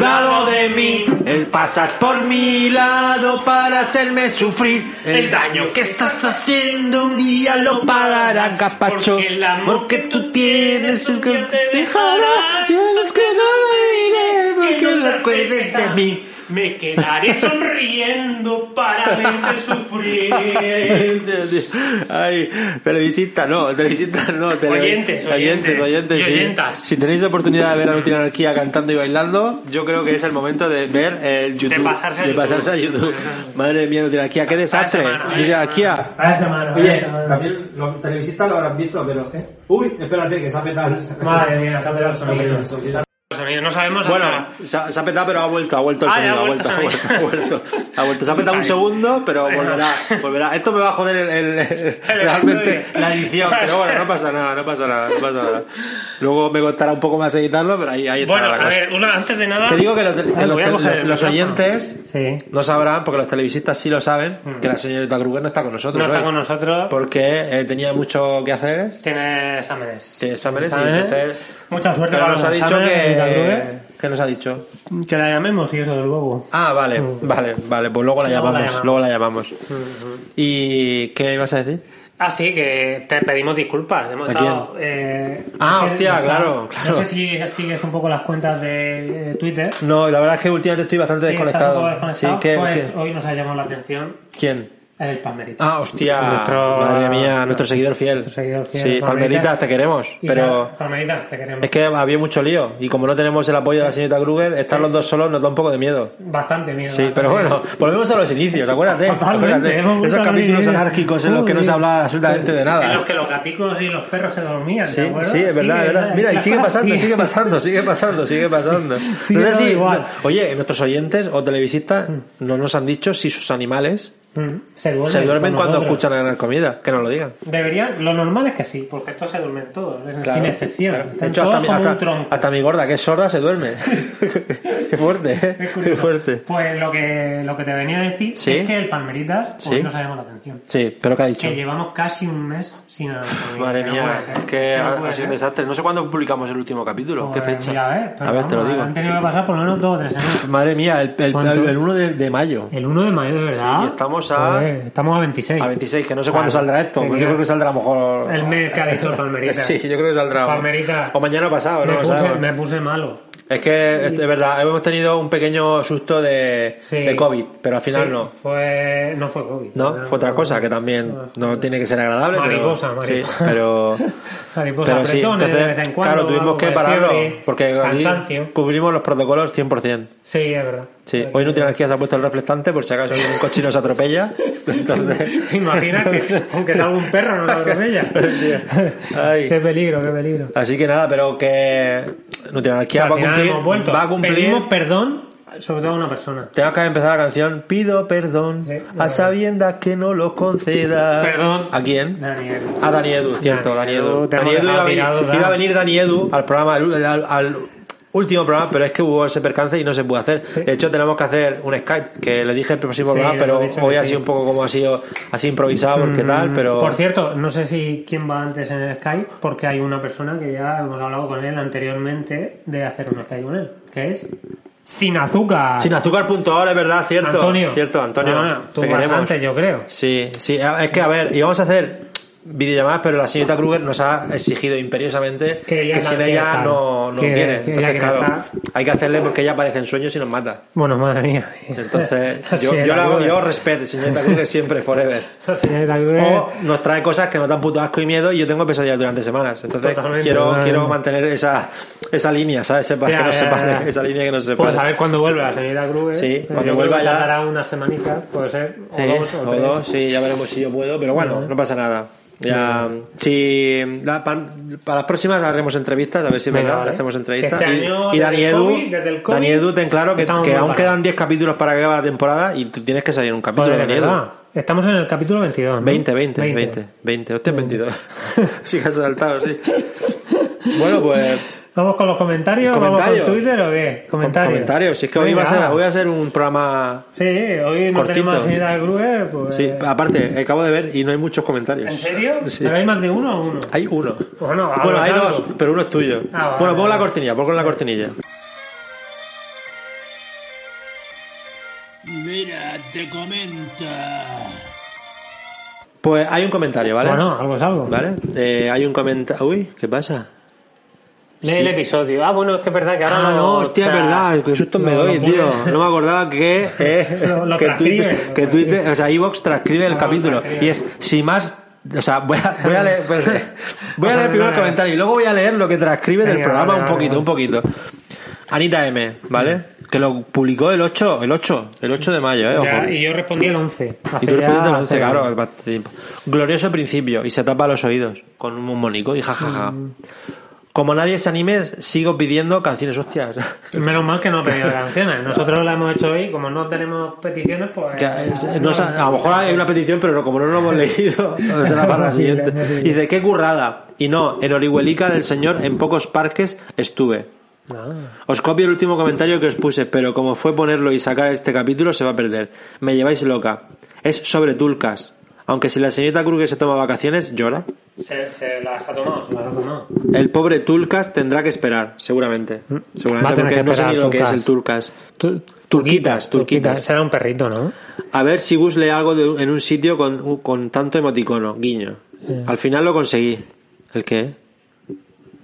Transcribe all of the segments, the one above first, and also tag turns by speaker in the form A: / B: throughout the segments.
A: Lado de mí, él pasas por mi lado para hacerme sufrir el daño que estás haciendo un día lo pagará capacho
B: Porque el amor
A: porque tú tienes un que
B: que
A: te
B: te
A: dejará
B: dejará,
A: y a los que no le diré porque
B: no
A: no acuerdes de mí
B: Me quedaré sonriendo para verte sufrir.
A: Este, Ay, televisita no, televisita no, tele-
B: Oyentes,
A: oyentes,
B: oyentes,
A: oyentes,
B: y
A: sí.
B: oyentas.
A: Si tenéis oportunidad de ver a Nutina Anarquía cantando y bailando, yo creo que es el momento de ver el YouTube.
B: pasarse a
A: de pasarse a YouTube. Madre mía, Nutina Anarquía, qué desastre.
B: semana, vaya
A: Nutina Anarquía.
C: A esa mano, a
D: Oye,
C: esa mano.
D: también los televisistas lo habrán visto, pero... ¿eh? Uy, espérate, que se ha petado.
C: Madre mía, se ha pegado el
D: Se ha petado
C: sonido.
D: el sonido.
B: Pues, No sabemos.
A: Bueno,
B: hasta-
A: se ha, se ha petado, pero ha vuelto, ha vuelto el
B: Ah, ya
A: sonido,
B: ha
A: ha vuelto,
B: vuelto
A: ha vuelto, ha
B: también.
A: vuelto, ha vuelto. Se ha petado un
B: Vale.
A: segundo, pero
B: Bueno.
A: volverá, volverá. Esto me va a joder el- el- el- realmente
B: episodio.
A: la edición, pero bueno, no pasa nada, no pasa nada, no pasa nada. Luego me costará un poco más editarlo, pero ahí, ahí está
B: Bueno,
A: la
B: a
A: cosa.
B: ver, una, antes de nada.
A: Te digo que los, que
B: Voy
A: los-
B: a coger el
A: los- los
B: micrófono.
A: oyentes
B: Sí.
A: no sabrán, porque los televisistas sí lo saben, que la señorita Kruger no está con nosotros.
B: Mm. No está
A: hoy,
B: con nosotros.
A: Porque eh, tenía mucho que hacer.
B: Tiene exámenes.
A: Tiene exámenes y entonces-
B: Mucha suerte
A: Pero
B: para
A: nos
B: los
A: ha dicho
B: exámenes, señorita
A: que.
B: Kruger.
A: ¿Qué nos ha dicho?
B: Que la llamemos y eso, de luego.
A: Ah, vale, vale, vale, pues luego la
B: Mm. Luego la
A: llamamos,
B: llamamos. Mm,
A: luego la llamamos. ¿Y qué ibas a decir?
B: Ah, sí, que te pedimos disculpas. Hemos
A: ¿A
B: estado, eh,
A: Ah,
B: es que,
A: hostia,
B: o sea,
A: claro, claro.
B: No sé si sigues un poco las cuentas de eh, Twitter. Sí,
A: No, la verdad es que últimamente estoy bastante
B: estás
A: desconectado.
B: un poco desconectado.
A: Sí, ¿qué-
B: pues
A: qué?
B: hoy nos ha llamado la atención
A: ¿Quién?
B: el Palmeritas.
A: Ah, hostia,
B: Nuestro-
A: madre mía, nuestro seguidor fiel.
B: Nuestro seguidor fiel,
A: sí, Palmeritas,
B: Palmeritas.
A: te queremos, pero...
B: Isa, Palmeritas, te queremos.
A: Es que había mucho lío y como no tenemos el apoyo de la señorita Kruger, estar los dos solos nos da un poco de miedo.
B: Bastante miedo.
A: Sí,
B: bastante
A: pero
B: miedo.
A: bueno, volvemos a los inicios, acuérdate.
B: Totalmente,
A: acuérdate.
B: hemos vuelto
A: Esos
B: a los
A: capítulos
B: inicios.
A: anárquicos en los que no se
B: Uy.
A: hablaba absolutamente de
B: En los
A: nada.
B: que los gaticos y los perros se dormían.
A: Sí, sí, es verdad, es verdad. Mira, y sigue pasando, sigue pasando, sigue pasando, sigue pasando.
B: Sigue
A: no sé
B: todo
A: si,
B: igual. Mm.
A: oye, nuestros oyentes o televisistas no nos han dicho si sus animales
B: Se duermen,
A: se duermen
B: con
A: cuando
B: nosotros.
A: escuchan la comida, que nos lo digan.
B: Deberían, lo normal es que sí, porque estos se duermen todos,
A: Claro.
B: sin excepción.
A: Claro. De
B: Están
A: hecho,
B: todos
A: mi-
B: como un tronco.
A: hasta mi gorda, que es sorda, se duerme. qué fuerte,
B: Es
A: ¿eh? Qué
B: curioso.
A: fuerte.
B: Pues lo que, lo que te venía a decir
A: Sí.
B: es que el Palmeritas hoy
A: Sí.
B: nos ha llamado la atención.
A: Sí, pero ¿qué ha dicho?
B: Que llevamos casi un mes sin hablar con ella,
A: Madre
B: que no
A: mía,
B: puede ser,
A: es que
B: no
A: ha,
B: puede
A: ha sido un
B: ser.
A: desastre. No sé cuándo publicamos el último capítulo, qué
B: Pues
A: fecha.
B: mira, eh, pero
A: a ver, te lo
B: vamos,
A: digo.
B: Han tenido que pasar por lo menos dos o tres años.
A: Madre mía, el, el,
B: ¿Cuánto?
A: el 1 de, de mayo.
B: El 1 de mayo, de verdad.
A: Sí, estamos a-
B: Joder, estamos a 26.
A: A 26, que no sé
B: Claro,
A: cuándo saldrá esto.
B: tenía-
A: porque Yo creo que saldrá a lo mejor.
B: El mes que ha dicho el Palmeritas.
A: Sí, yo creo que saldrá.
B: Palmerita.
A: O mañana pasado, no
B: me,
A: lo
B: puse,
A: sabemos.
B: me puse malo.
A: Es que es es verdad, hemos tenido un pequeño susto de,
B: Sí.
A: de COVID, pero al final
B: Sí,
A: no.
B: Fue, no fue COVID.
A: No, fue otra cosa que también no tiene que ser agradable. pero-
B: Mariposa, mariposa.
A: Sí, pero.
B: Mariposa,
A: pero sí,
B: apretones de
A: entonces,
B: vez en cuando,
A: claro, tuvimos
B: algo
A: que
B: de
A: pararlo
B: fiebre,
A: porque aquí
B: cansancio.
A: cubrimos los protocolos 100%.
B: Sí, es verdad.
A: Sí, hoy no tiene energía, se ha puesto el reflectante por si acaso un coche nos atropella. Entonces,
B: ¿Te imaginas que aunque salga un perro no la atropella?
A: Ay.
B: Qué peligro, qué peligro.
A: Así que nada, pero que no tiene energía, va a
B: Al final
A: cumplir.
B: hemos vuelto.
A: Va a cumplir.
B: Pedimos perdón, sobre todo a una persona.
A: Tengo que empezar la canción Pido perdón
B: Sí,
A: a
B: bueno.
A: sabiendas que no lo conceda.
B: Perdón.
A: ¿A quién?
B: Daniel.
A: A Dani Edu, cierto, Dani Edu.
B: te
A: Dani
B: hemos
A: Edu iba,
B: dejado
A: a venir,
B: tirado, Dan.
A: iba a venir Dani Edu al programa, al, al- al último programa, pero es que hubo ese percance y no se pudo hacer. De hecho, tenemos que hacer un Skype, que le dije el próximo
B: Sí,
A: programa,
B: le
A: pero
B: hemos dicho que
A: hoy ha
B: sí. Mm,
A: sido un poco como ha sido, así improvisado, porque tal, pero...
B: Por cierto, no sé si quién va antes en el Skype, porque hay una persona que ya hemos hablado con él anteriormente de hacer un Skype con él, que es Sin Azúcar.
A: Sin azúcar.org, es verdad, cierto.
B: Antonio.
A: Cierto, Antonio.
B: No, no, tú
A: te
B: vas
A: queremos.
B: antes, yo creo.
A: Sí, sí, a- es que a ver, íbamos a hacer videollamadas, pero la señorita Kruger nos ha exigido imperiosamente
B: Que
A: que,
B: ella
A: sin
B: no quiere,
A: ella
B: claro.
A: no, no
B: Que-
A: quiere.
B: que ella
A: Entonces,
B: quiere
A: claro,
B: estar.
A: hay que hacerle porque ella aparece en sueños y nos mata.
B: Bueno, madre mía.
A: Entonces,
B: La
A: yo, yo,
B: señorita
A: la hago,
B: Kruger.
A: yo respeto, señorita Kruger, siempre, forever.
B: La señorita Kruger.
A: O nos trae cosas que nos dan puto asco y miedo y yo tengo pesadillas durante semanas. Entonces
B: Totalmente,
A: quiero
B: totalmente.
A: quiero mantener esa, esa línea, ¿sabes? Sepa-
B: Ya,
A: que nos
B: ya, ya,
A: separe,
B: ya.
A: esa línea que nos separe.
B: Pues a ver cuándo vuelve la señorita Kruger.
A: Sí,
B: Yo
A: cuando
B: creo
A: vuelva
B: que
A: ya.
B: tardará una semanita, puede ser. O
A: Sí,
B: dos o,
A: o
B: tres.
A: dos, sí, ya veremos si yo puedo, pero bueno, no pasa nada. Ya, si la- pa- para las próximas haremos entrevistas, a ver si es
B: Venga,
A: verdad,
B: vale.
A: hacemos entrevistas.
B: Que este
A: y
B: año,
A: y
B: desde
A: Dani
B: el
A: Edu,
B: COVID, desde el COVID,
A: Dani Edu, ten claro que,
B: estamos
A: que
B: muy
A: aún
B: parados.
A: quedan 10 capítulos para que acabe la temporada y tú tienes que salir un capítulo
B: Joder,
A: Dani
B: de
A: Edu.
B: verdad. Estamos en el capítulo 22. ¿no?
A: 20, 20, 20, 20, 20, hostia, 22. sí, que has saltado, sí. Bueno, pues
B: Vamos con los comentarios,
A: Comentarios.
B: vamos con Twitter o qué? Comentarios.
A: comentarios. Si es que hoy va a ser,
B: Venga.
A: voy a hacer un programa.
B: Sí, hoy no
A: Cortito.
B: tenemos a la señorita Kruger, pues.
A: Sí, aparte, acabo de ver y no hay muchos comentarios.
B: ¿En serio?
A: Sí.
B: ¿Pero hay más de uno o uno?
A: Hay uno.
B: Bueno, algo
A: Bueno, hay
B: es algo.
A: dos, pero uno es tuyo.
B: Ah, vale,
A: bueno, pon la
B: vale.
A: cortinilla, pon con la cortinilla.
E: Mira, te comenta.
A: Pues hay un comentario, ¿vale?
B: Bueno, algo es algo.
A: ¿Vale? Eh, hay un comentario. Uy, ¿qué pasa?
B: Lee el episodio. Ah, bueno, es que es verdad que ahora
A: Ah, no, hostia, es
B: ostras.
A: verdad, que susto me
B: No,
A: doy,
B: no
A: tío.
B: puedes.
A: No me acordaba que. eh,
B: Lo- lo
A: que
B: transcribe,
A: Twitter,
B: lo
A: que
B: transcribe.
A: Twitter- o sea, Evox transcribe el
B: Lo
A: capítulo.
B: transcribe.
A: Y es, si más. O sea, voy a, voy a leer, pues, voy a
B: Vale,
A: leer primero el
B: vale.
A: comentario y luego voy a leer lo que transcribe del
B: Venga,
A: programa
B: vale,
A: un
B: vale,
A: poquito,
B: vale. Mm.
A: un poquito. Anita M, ¿vale? Que lo publicó el 8, el 8, el 8 de mayo, ¿eh?
B: Ya,
A: Ojo.
B: y yo respondí el 11.
A: Y
B: hace
A: Ah, tú
B: ya-
A: respondiste a las
B: hace
A: 11, claro,
B: ya.
A: bastante tiempo. Glorioso principio, y se tapa los oídos con un monico y jajaja.
B: Mm.
A: Como nadie se anime, sigo pidiendo canciones hostias.
B: Menos mal que no ha pedido canciones. Nosotros la hemos hecho hoy, como no tenemos peticiones, pues.
A: Que, eh, no sa- a lo mejor hay una petición, pero no- como no lo hemos leído, será para la siguiente. Dice, qué currada. Y no, en Orihuelica del Señor, en pocos parques estuve.
B: Ah,
A: Os copio el último comentario que os puse, pero como fue ponerlo y sacar este capítulo, se va a perder. Me lleváis loca. Es sobre Tulcas. Aunque si la señorita Kruger se toma vacaciones, llora.
B: se, se las ha tomado, se las ha tomado.
A: El pobre Tulcas tendrá que esperar, seguramente.
B: Mm. Va a
A: Seguramente,
B: tener
A: porque
B: que
A: no sé ni
B: esperar,
A: lo que es
B: Tulcas.
A: el Tulcas.
B: Turquitas,
A: Turquitas, turquitas.
B: Será un perrito, ¿no?
A: A ver si Gus lee algo de- en un sitio con, con tanto emoticono, guiño.
B: Mm.
A: Al final lo conseguí. ¿El qué?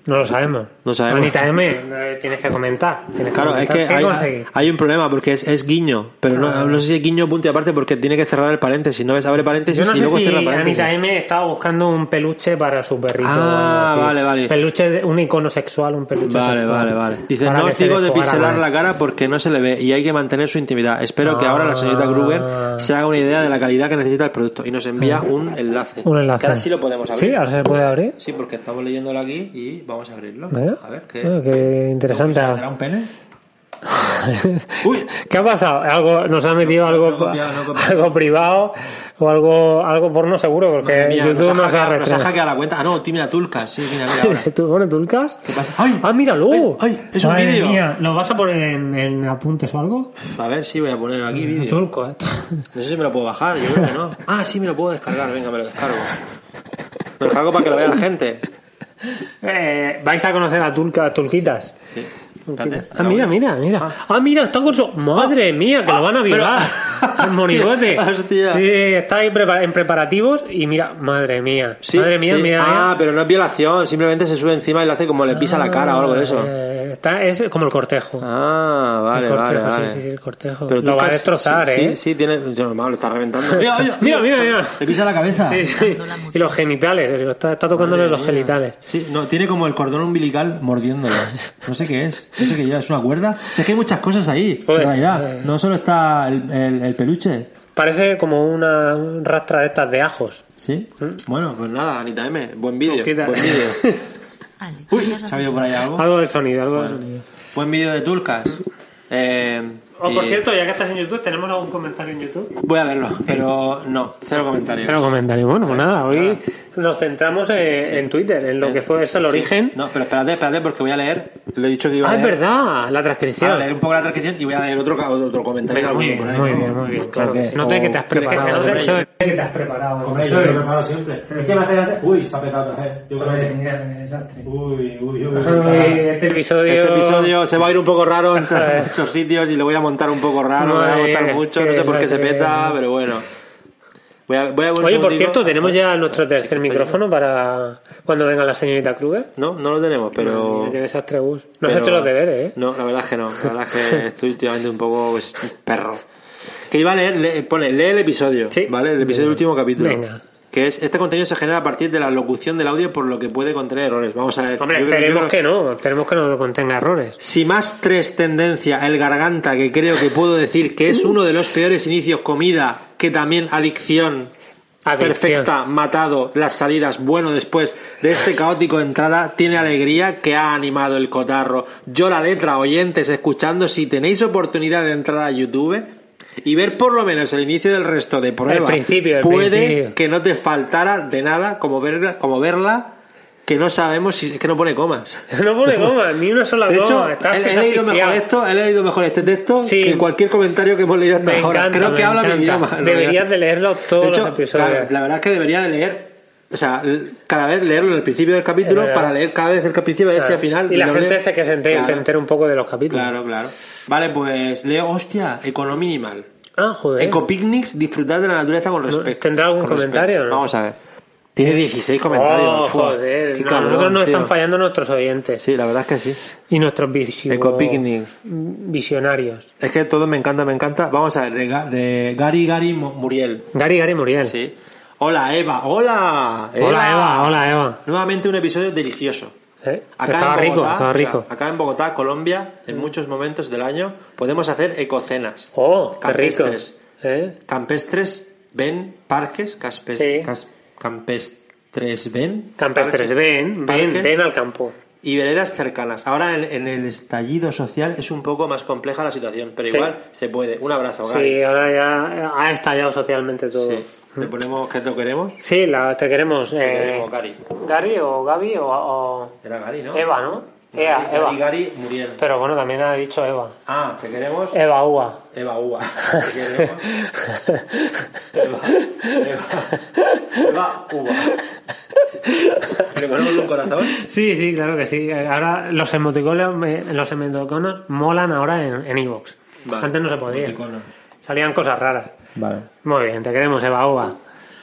B: No lo sabemos.
A: No sabemos.
B: Anita M, eh, tienes que comentar. tienes
A: Claro, es
B: comentar.
A: que
B: ¿Qué
A: hay,
B: conseguís?
A: hay un problema porque es, es guiño, pero no,
B: Ah.
A: no sé si es guiño punto y aparte porque tiene que cerrar el paréntesis, ¿no ves? Abre paréntesis
B: Yo no
A: y luego
B: sé
A: cierra
B: si
A: paréntesis.
B: Anita M estaba buscando un peluche para su perrito.
A: Ah,
B: o algo así.
A: vale, vale.
B: Peluche, de- un icono sexual, un peluche
A: Vale,
B: sexual.
A: vale, vale. Dice,
B: Para
A: no
B: que
A: os
B: se
A: digo de
B: desfogara
A: pincelar
B: más.
A: la cara porque no se le ve y hay que mantener su intimidad. Espero que ahora la señorita
B: Ah.
A: Gruber se haga una idea de la calidad que necesita el producto y nos envía un enlace.
B: Un enlace.
A: Que ahora sí lo podemos abrir.
B: Sí, ahora se puede abrir.
A: Sí, porque estamos leyéndolo aquí y vamos a abrirlo.
B: ¿Eh?
A: A ver, ¿qué?
B: Ah, qué interesante.
A: ¿Será un pene? Eh, Uy,
B: ¿Qué ha pasado? Algo, nos ha metido algo,
A: no he copiado, no he copiado.
B: algo privado o algo, algo porno seguro, porque
A: madre mía,
B: Eh, YouTube
A: nos ha hackeado- nos ha
B: restringido.
A: hackeado la cuenta. Ah, no, tú mira Tulca. Sí, mira, mira ahora.
B: ¿Tú, bueno, ¿Tulcas?
A: ¿Qué pasa? ¡Ay!
B: ¡Ah,
A: ¡Ay!
B: míralo!
A: ay, es un
B: Madre
A: vídeo!
B: mía, ¿Lo vas a poner en, en apuntes o algo?
A: A ver, sí, voy a poner aquí vídeo.
B: Tulco, eh.
A: No sé si me lo puedo bajar, yo creo que no. Ah, sí, me lo puedo descargar. Venga, me lo descargo. Me lo descargo para que lo vea la gente.
B: Eh, vais a conocer a Tulca, Tulquitas.
A: Sí. Espérate,
B: Ah, mira, mira, mira. Ah, mira, está con su... ¡Madre mía, que lo van a violar!
A: pero-
B: El monigote.
A: Hostia.
B: Sí, está ahí prepara- en preparativos y mira, madre mía.
A: Sí,
B: madre mía,
A: sí.
B: mira.
A: Ah,
B: mira. Ah,
A: pero no es violación, simplemente se sube encima y le hace como le pisa la cara o algo de eso.
B: Eh, está, es como el cortejo.
A: Ah, vale,
B: el cortejo,
A: vale, vale.
B: Sí, sí, sí, el cortejo.
A: Pero
B: lo
A: tú
B: va a
A: casi-
B: destrozar,
A: sí,
B: ¿eh?
A: Sí, sí, tiene. Yo, mamá, lo está reventando.
B: mira, mira, mira.
A: Le pisa la cabeza.
B: Sí, sí. Y los genitales, está, está tocándole los genitales.
A: Sí, no, tiene como el cordón umbilical mordiéndolo. No sé qué es. No sé qué lleva. ¿Es una cuerda? O sea, es que hay muchas cosas ahí.
B: Joder,
A: en realidad,
B: eh.
A: no solo está el, el- el peluche.
B: Parece como una un rastra de estas de ajos.
A: Sí. Bueno, pues nada, Anita M. Buen vídeo.
B: Poquita.
A: Buen vídeo.
F: Alex,
A: Uy,
F: ya
A: ¿se ha habido por ahí algo?
B: Algo de sonido, algo de sonido.
A: Buen vídeo de Tulcas. Eh,
B: Oh, por
A: y-
B: cierto, ya que estás en YouTube, ¿tenemos algún comentario en YouTube?
A: Voy a verlo, pero no, cero comentarios.
B: Pero comentario, bueno, pues nada, hoy
A: Nada.
B: nos centramos eh, en Twitter, en lo que fue eso, el
A: Sí.
B: origen.
A: No, eh. pero espérate, espérate, porque voy a leer. Le he dicho que iba
B: Ah,
A: a
B: es
A: leer.
B: verdad, la
A: Ahora
B: transcripción.
A: leer un poco la transcripción y voy a leer otro, ca- otro comentario.
B: Venga, muy
A: alguno
B: bien,
A: por ahí,
B: muy
A: ¿no?
B: bien, muy bien, claro
A: Porque-
B: que sí. No te que te has
A: o- tiene que
B: preparado.
A: ser otro.
B: Eso es que te has preparado.
D: Hombre,
B: Eso
D: yo lo
B: es-
D: he preparado siempre. Es que me hace gracia. Uy, se ha petado otra vez. Yo creo
B: Madre
D: que.
B: mía, qué desastre.
D: Uy, uy, uy.
B: Ay, Este episodio...
A: Este episodio se va a ir un poco raro en muchos sitios y lo voy a montar un poco raro, lo voy a
B: Madre
A: montar
B: mía,
A: mucho, no
B: qué
A: sé por qué se
B: desastre.
A: peta, pero bueno. Voy a, voy a un
B: Oye, por
A: segundito.
B: cierto, tenemos ya nuestro tercer
A: Sí,
B: micrófono para cuando venga la señorita Kruger.
A: No, no lo tenemos, pero...
B: Mira, Qué desastre, Gus. No
A: pero-
B: has hecho los deberes, ¿eh?
A: No, la verdad es que no. La verdad es que estoy últimamente un poco pues, perro. Que iba a leer, le- pone, lee el episodio,
B: Sí.
A: ¿vale? El episodio del último capítulo.
B: Venga.
A: Que es, este contenido se genera a partir de la locución del audio por lo que puede contener errores. Vamos a ver.
B: Hombre,
A: yo creo- yo
B: esperemos
A: creo-
B: que no, esperemos que no contenga errores.
A: Si más tres tendencia, el garganta, que creo que puedo decir que es uno de los peores inicios, comida, que también adicción,
B: Adicción.
A: perfecta, matado, las salidas, bueno después de este caótico entrada, tiene alegría que ha animado el cotarro. Yo la letra, oyentes, escuchando, si tenéis oportunidad de entrar a YouTube y ver por lo menos el inicio del resto de prueba,
B: El principio, el
A: puede
B: principio.
A: que no te faltara de nada como verla, como verla que no sabemos si es que no pone comas.
B: No pone goma, ni una sola
A: De
B: goma.
A: hecho,
B: está
A: he, he leído mejor
B: asfixiado.
A: esto, he leído mejor este texto
B: Sí.
A: que cualquier comentario que hemos leído hasta
B: Me
A: ahora.
B: encanta,
A: Creo que
B: me
A: habla mi
B: encanta.
A: idioma. en realidad.
B: Deberías de leerlo todos
A: De hecho,
B: los episodios.
A: claro, la verdad es que debería de leer, o sea, l- cada vez leerlo en el principio del capítulo
B: Es verdad.
A: para leer cada vez el principio
B: Claro.
A: ese al final.
B: y la
A: lo
B: gente
A: lee.
B: se que se entere,
A: Claro,
B: se entere un poco de los capítulos.
A: Claro, claro. Vale, pues leo, hostia, Econominimal.
B: Ah, joder.
A: Ecopicnics, disfrutar de la naturaleza con respeto.
B: ¿Tendrá algún
A: Con respeto.
B: comentario o no?
A: Vamos a ver. Tiene 16 comentarios.
B: Oh,
A: Fua,
B: joder.
A: qué
B: no,
A: cabrón,
B: nosotros nos
A: tío.
B: están fallando nuestros oyentes
A: Sí, la verdad es que sí.
B: y nuestros visio-
A: Ecopicnics.
B: visionarios.
A: Es que todo me encanta, me encanta. Vamos a ver, de, Ga- de Gary Gary Mu- Muriel.
B: Gary Gary Muriel.
A: Sí. Hola, Eva. Hola.
B: Hola Eva, hola Eva.
A: Nuevamente un episodio delicioso.
B: Eh,
A: Acá
B: Estaba
A: en
B: rico,
A: Bogotá,
B: estaba rico. Mm.
A: mira, acá en Bogotá, Colombia, en muchos momentos del año podemos hacer ecocenas.
B: Oh, qué rico.
A: Campestres.
B: Eh,
A: Campestres ven parques, caspes-
B: Sí.
A: cas- campestres ven.
B: Campestres,
A: parques,
B: ven, ven,
A: parques
B: ven al campo.
A: Y veredas cercanas. Ahora en, en el estallido social es un poco más compleja la situación, pero
B: Sí.
A: igual se puede. Un abrazo, Gary.
B: Sí, ahora ya ha estallado socialmente todo.
A: Sí. Le ponemos que lo queremos.
B: Sí, la, te queremos.
A: Te
B: eh,
A: queremos, Gary.
B: Gary o Gaby o, o
A: Era Gary, ¿no?
B: Eva, ¿no?
A: Gary,
B: Ea,
A: Gary,
B: Eva.
A: Gary Muriel.
B: Pero bueno, también ha dicho Eva.
A: Ah, te queremos.
B: Eva Uva.
A: Eva Uva. Te queremos. Eva, Eva. Eva Uva. Le ponemos un corazón.
B: Sí, sí, claro que sí. Eh, Ahora los emoticonos, me- los emoticonos molan ahora en, en iVoox.
A: Vale.
B: Antes no se podía.
A: Emoticonos.
B: Salían cosas raras.
A: Vale.
B: Muy bien, te queremos, Eva Uva.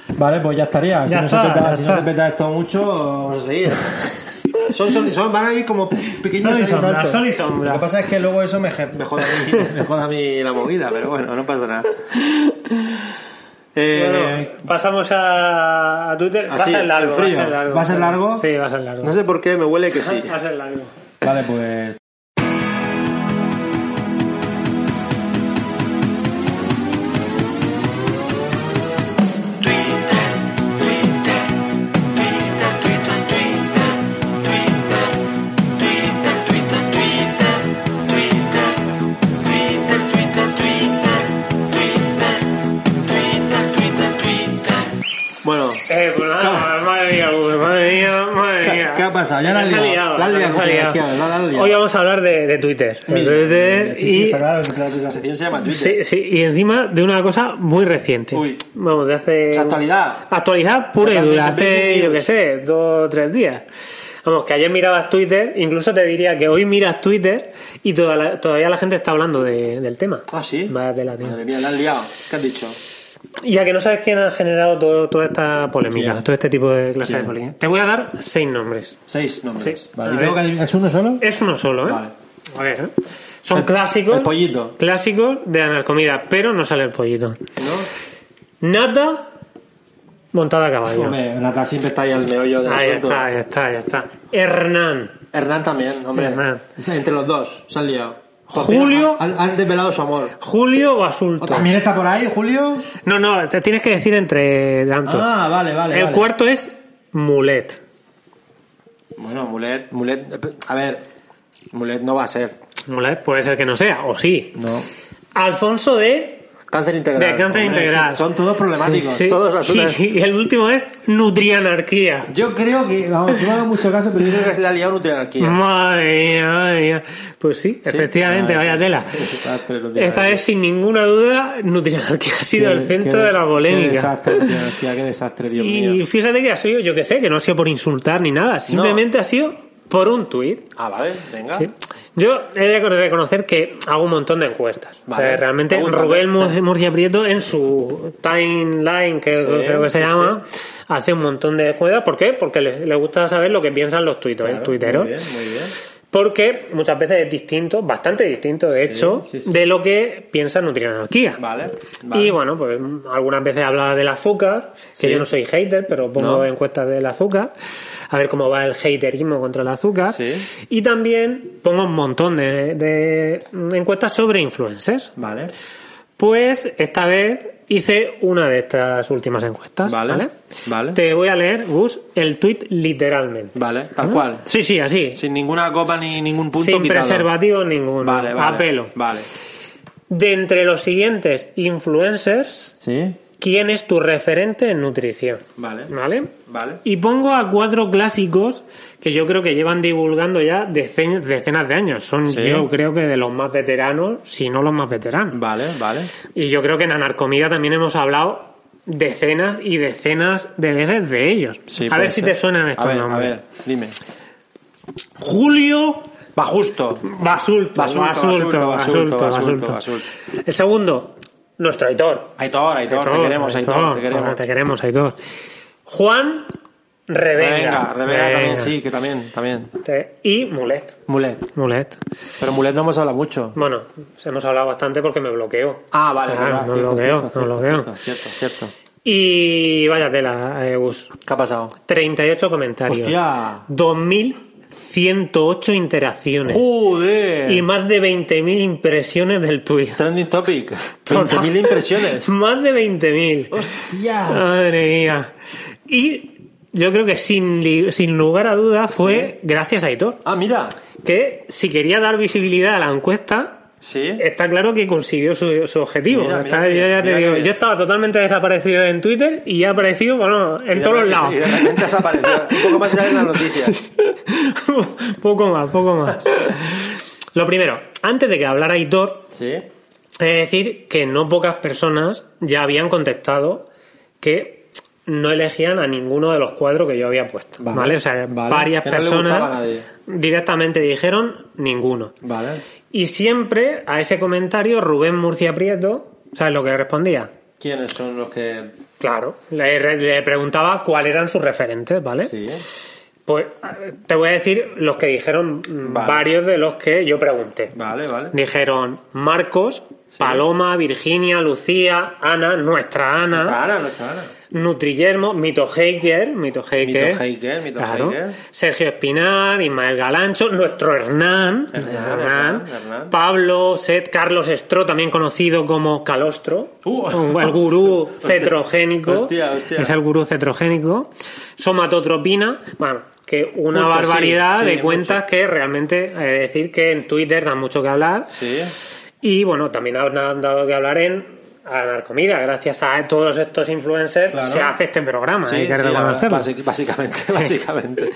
A: Vale, pues ya estaría. si
B: Ya
A: no,
B: está,
A: se peta,
B: ya
A: si no
B: está.
A: se peta esto mucho, vamos a seguir. Son, son, son, van a ir como pequeños
B: Sol y sombra,
A: saltos.
B: sol y sombra.
A: Lo que pasa es que luego eso me, je- me jode a mí, me jode a mí la movida, pero bueno, no pasa nada. Eh,
B: Bueno, pasamos a, a Twitter. va a
A: así,
B: ser largo.
A: en frío.
B: Va a ser largo.
A: ¿Va a ser largo?
B: Sí, va a ser largo.
A: No sé por qué me huele que sí.
B: Va a ser largo.
A: Vale, pues. Bueno,
B: Eh, pues nada, madre mía, Google, madre mía, madre mía.
A: ¿Qué ha pasado? Ya la has
B: Nos ha
A: liado, la has liado,
B: nos ha
A: Google,
B: liado.
A: tía, la has liado.
B: Hoy vamos a hablar de, de Twitter. De Twitter
A: sí, sí,
B: y,
A: está claro, la sección se llama Twitter.
B: sí, sí, y encima de una cosa muy reciente.
A: Uy.
B: Vamos, de hace...
A: Es actualidad.
B: Actualidad pura y dura.
A: Totalmente
B: Hace, yo qué
A: news.
B: sé, dos o tres días. Vamos, que ayer mirabas Twitter, incluso te diría que hoy miras Twitter y toda la- todavía la gente está hablando de- del tema.
A: Ah, sí.
B: Vaya tela, tío.
A: Madre mía, la has liado. ¿Qué has dicho?
B: Y ya que no sabes quién ha generado todo- toda esta polémica,
A: ¿Quién?
B: todo este tipo de clase
A: ¿Quién?
B: de polémica, te voy a dar seis nombres.
A: Seis nombres.
B: Sí.
A: Vale,
B: A
A: ¿y tengo
B: ver.
A: que adivinar- ¿Es uno solo?
B: Es uno solo, ¿eh?
A: Vale.
B: A ver, ¿eh? son
A: El-
B: clásicos.
A: el pollito.
B: Clásicos de Anarcomida, pero no sale el pollito.
A: ¿No?
B: Nata montada a caballo.
A: Hombre, Nata siempre está ahí al meollo del
B: Ahí
A: asunto.
B: está, ahí está, ahí está. Hernán.
A: Hernán también, hombre.
B: Hernán.
A: Es Entre los dos, se han liado.
B: Julio.
A: Han, han desvelado su amor.
B: Julio Basulto.
A: ¿También está por ahí, Julio?
B: No, no, te tienes que decir entre tantos.
A: Ah, vale, vale.
B: el
A: vale.
B: cuarto es Mulet.
A: Bueno, Mulet, Mulet. A ver, Mulet no va a ser.
B: Mulet puede ser que no sea, o sí.
A: No.
B: Alfonso de
A: Cáncer integral.
B: De cáncer integral.
A: Son todos problemáticos.
B: Sí.
A: Todos los
B: Y, y el último es Nutrianarquía.
A: Yo creo que. Vamos, no me hago mucho caso, pero yo creo que se le ha liado Nutrianarquía.
B: Madre mía, madre mía. Pues sí, efectivamente,
A: Madre
B: vaya
A: mía.
B: tela.
A: Desastre, Nutrianarquía.
B: Esta es sin ninguna duda Nutrianarquía ha sido el
A: Qué-
B: centro
A: qué-
B: de la
A: Qué
B: polémica.
A: desastre, Nutrianarquía, qué desastre, Dios mío.
B: Y fíjate que ha sido, yo que sé, que no ha sido por insultar ni nada, simplemente ha sido por un tuit.
A: Ah, vale, venga.
B: Sí. Yo he de reconocer que hago un montón de encuestas. O sea,
A: Vale.
B: realmente
A: Hago un
B: Rubén
A: montón.
B: Mur- Murcia Prieto en su timeline, que
A: Sí,
B: creo que se
A: sí,
B: llama, hace un montón de encuestas. ¿Por qué? Porque les- le gusta saber lo que piensan los tuitos,
A: Claro,
B: tuiteros.
A: Muy bien, muy bien.
B: Porque muchas veces es distinto, bastante distinto
A: Sí,
B: de hecho,
A: sí, sí.
B: de lo que piensa Nutrianarquía.
A: Vale, vale.
B: Y bueno, pues algunas veces habla del azúcar, que
A: Sí.
B: yo no soy hater, pero pongo
A: No.
B: encuestas del azúcar, a ver cómo va el haterismo contra el azúcar.
A: Sí.
B: Y también pongo un montón de, de encuestas sobre influencers.
A: Vale.
B: Pues esta vez hice una de estas últimas encuestas.
A: Vale,
B: Vale.
A: vale.
B: Te voy a leer, Gus, el tweet literalmente.
A: Vale, tal cual.
B: Sí, sí, así.
A: Sin ninguna copa ni ningún punto
B: Ah. Sin
A: quitado.
B: preservativo ninguno.
A: Vale, vale.
B: a pelo.
A: Vale.
B: De entre los siguientes influencers,
A: ¿Sí?
B: ¿quién es tu referente en nutrición?
A: Vale.
B: ¿Vale?
A: Vale.
B: Y pongo a cuatro clásicos que yo creo que llevan divulgando ya decen- decenas de años. Son,
A: Sí.
B: yo creo que de los más veteranos, si no los más veteranos.
A: Vale, vale.
B: Y yo creo que en Anarcomida también hemos hablado decenas y decenas de veces de ellos.
A: Sí,
B: a ver
A: puede
B: si
A: ser.
B: te suenan estos
A: a ver,
B: nombres.
A: A ver, dime.
B: Julio
A: Va justo.
B: Basulto.
A: Basulto,
B: Basulto,
A: Basulto,
B: Basulto,
A: Basulto,
B: Basulto.
A: Basulto, Basulto.
B: El segundo, nuestro editor.
A: Aitor, Aitor, te queremos, Aitor, te queremos.
B: Te queremos, Aitor. Juan
A: Revenga, Revenga
B: Revenga.
A: también,
B: Venga.
A: sí, que también, también.
B: Te- Y Mulet.
A: Mulet.
B: Mulet.
A: Pero Mulet no hemos hablado mucho.
B: Bueno, hemos hablado bastante porque me bloqueó.
A: Ah, vale,
B: Claro,
A: verdad,
B: no
A: cierto,
B: lo veo,
A: cierto,
B: no lo
A: cierto,
B: veo.
A: Cierto, cierto.
B: Y vaya tela, eh, Gus.
A: ¿Qué ha pasado?
B: 38 comentarios.
A: Hostia.
B: 2108 interacciones.
A: ¡Joder!
B: Y más de 20.000 impresiones del tweet.
A: Trending topic.
B: Total.
A: 20.000 impresiones.
B: Más de 20.000.
A: ¡Hostia!
B: Madre mía. Y yo creo que sin, li- sin lugar a duda fue gracias a Hitor.
A: Ah, mira.
B: Que si quería dar visibilidad a la encuesta,
A: Sí.
B: está claro que consiguió su, su objetivo.
A: Mira, mira
B: Está-
A: qué bien,
B: yo, ya te
A: mira qué
B: digo,
A: bien.
B: yo estaba totalmente desaparecido en Twitter y ha aparecido, bueno, en
A: Y de
B: todos los
A: repente-
B: lados.
A: Y de repente desapareció. Un poco más allá de las noticias.
B: poco más, poco más. Lo primero, antes de que hablara Hitor,
A: Sí.
B: Es decir, que no pocas personas ya habían contestado que no elegían a ninguno de los cuadros que yo había puesto.
A: Vale,
B: Vale, o sea,
A: vale,
B: varias
A: que no le gustaba a
B: personas
A: nadie.
B: directamente dijeron ninguno.
A: Vale.
B: Y siempre a ese comentario Rubén Murcia Prieto, ¿sabes lo que respondía?
A: ¿Quiénes son los que...?
B: Claro, le, re- le preguntaba cuáles eran sus referentes, ¿vale?
A: Sí.
B: Pues eh, te voy a decir los que dijeron mm,
A: Vale.
B: varios de los que yo pregunté.
A: Vale, vale.
B: Dijeron Marcos, Paloma, Virginia, Lucía, Ana, nuestra Ana,
A: Nuestra Ana, nuestra Ana.
B: Nutrillermo, Mito Heiker, Mito Heiker,
A: Mito Heiker, Mito
B: claro,
A: Heiker.
B: Sergio Espinar, Ismael Galancho, nuestro Hernán,
A: Hernán, Hernán, Hernán.
B: Pablo Set, Carlos Estro, también conocido como Calostro,
A: Uh.
B: un- el gurú cetrogénico,
A: Hostia, hostia.
B: es el gurú cetrogénico, Somatotropina, bueno, que una
A: Mucho, sí,
B: barbaridad
A: sí,
B: de cuentas
A: mucho.
B: que realmente, es decir, que en Twitter dan mucho que hablar.
A: Sí.
B: Y bueno, también han han dado que hablar en Anarcomida. Gracias a todos estos influencers
A: Claro.
B: se hace este programa,
A: Sí,
B: hay que
A: sí, la verdad,
B: reconocerlo.
A: básic- básicamente, básicamente.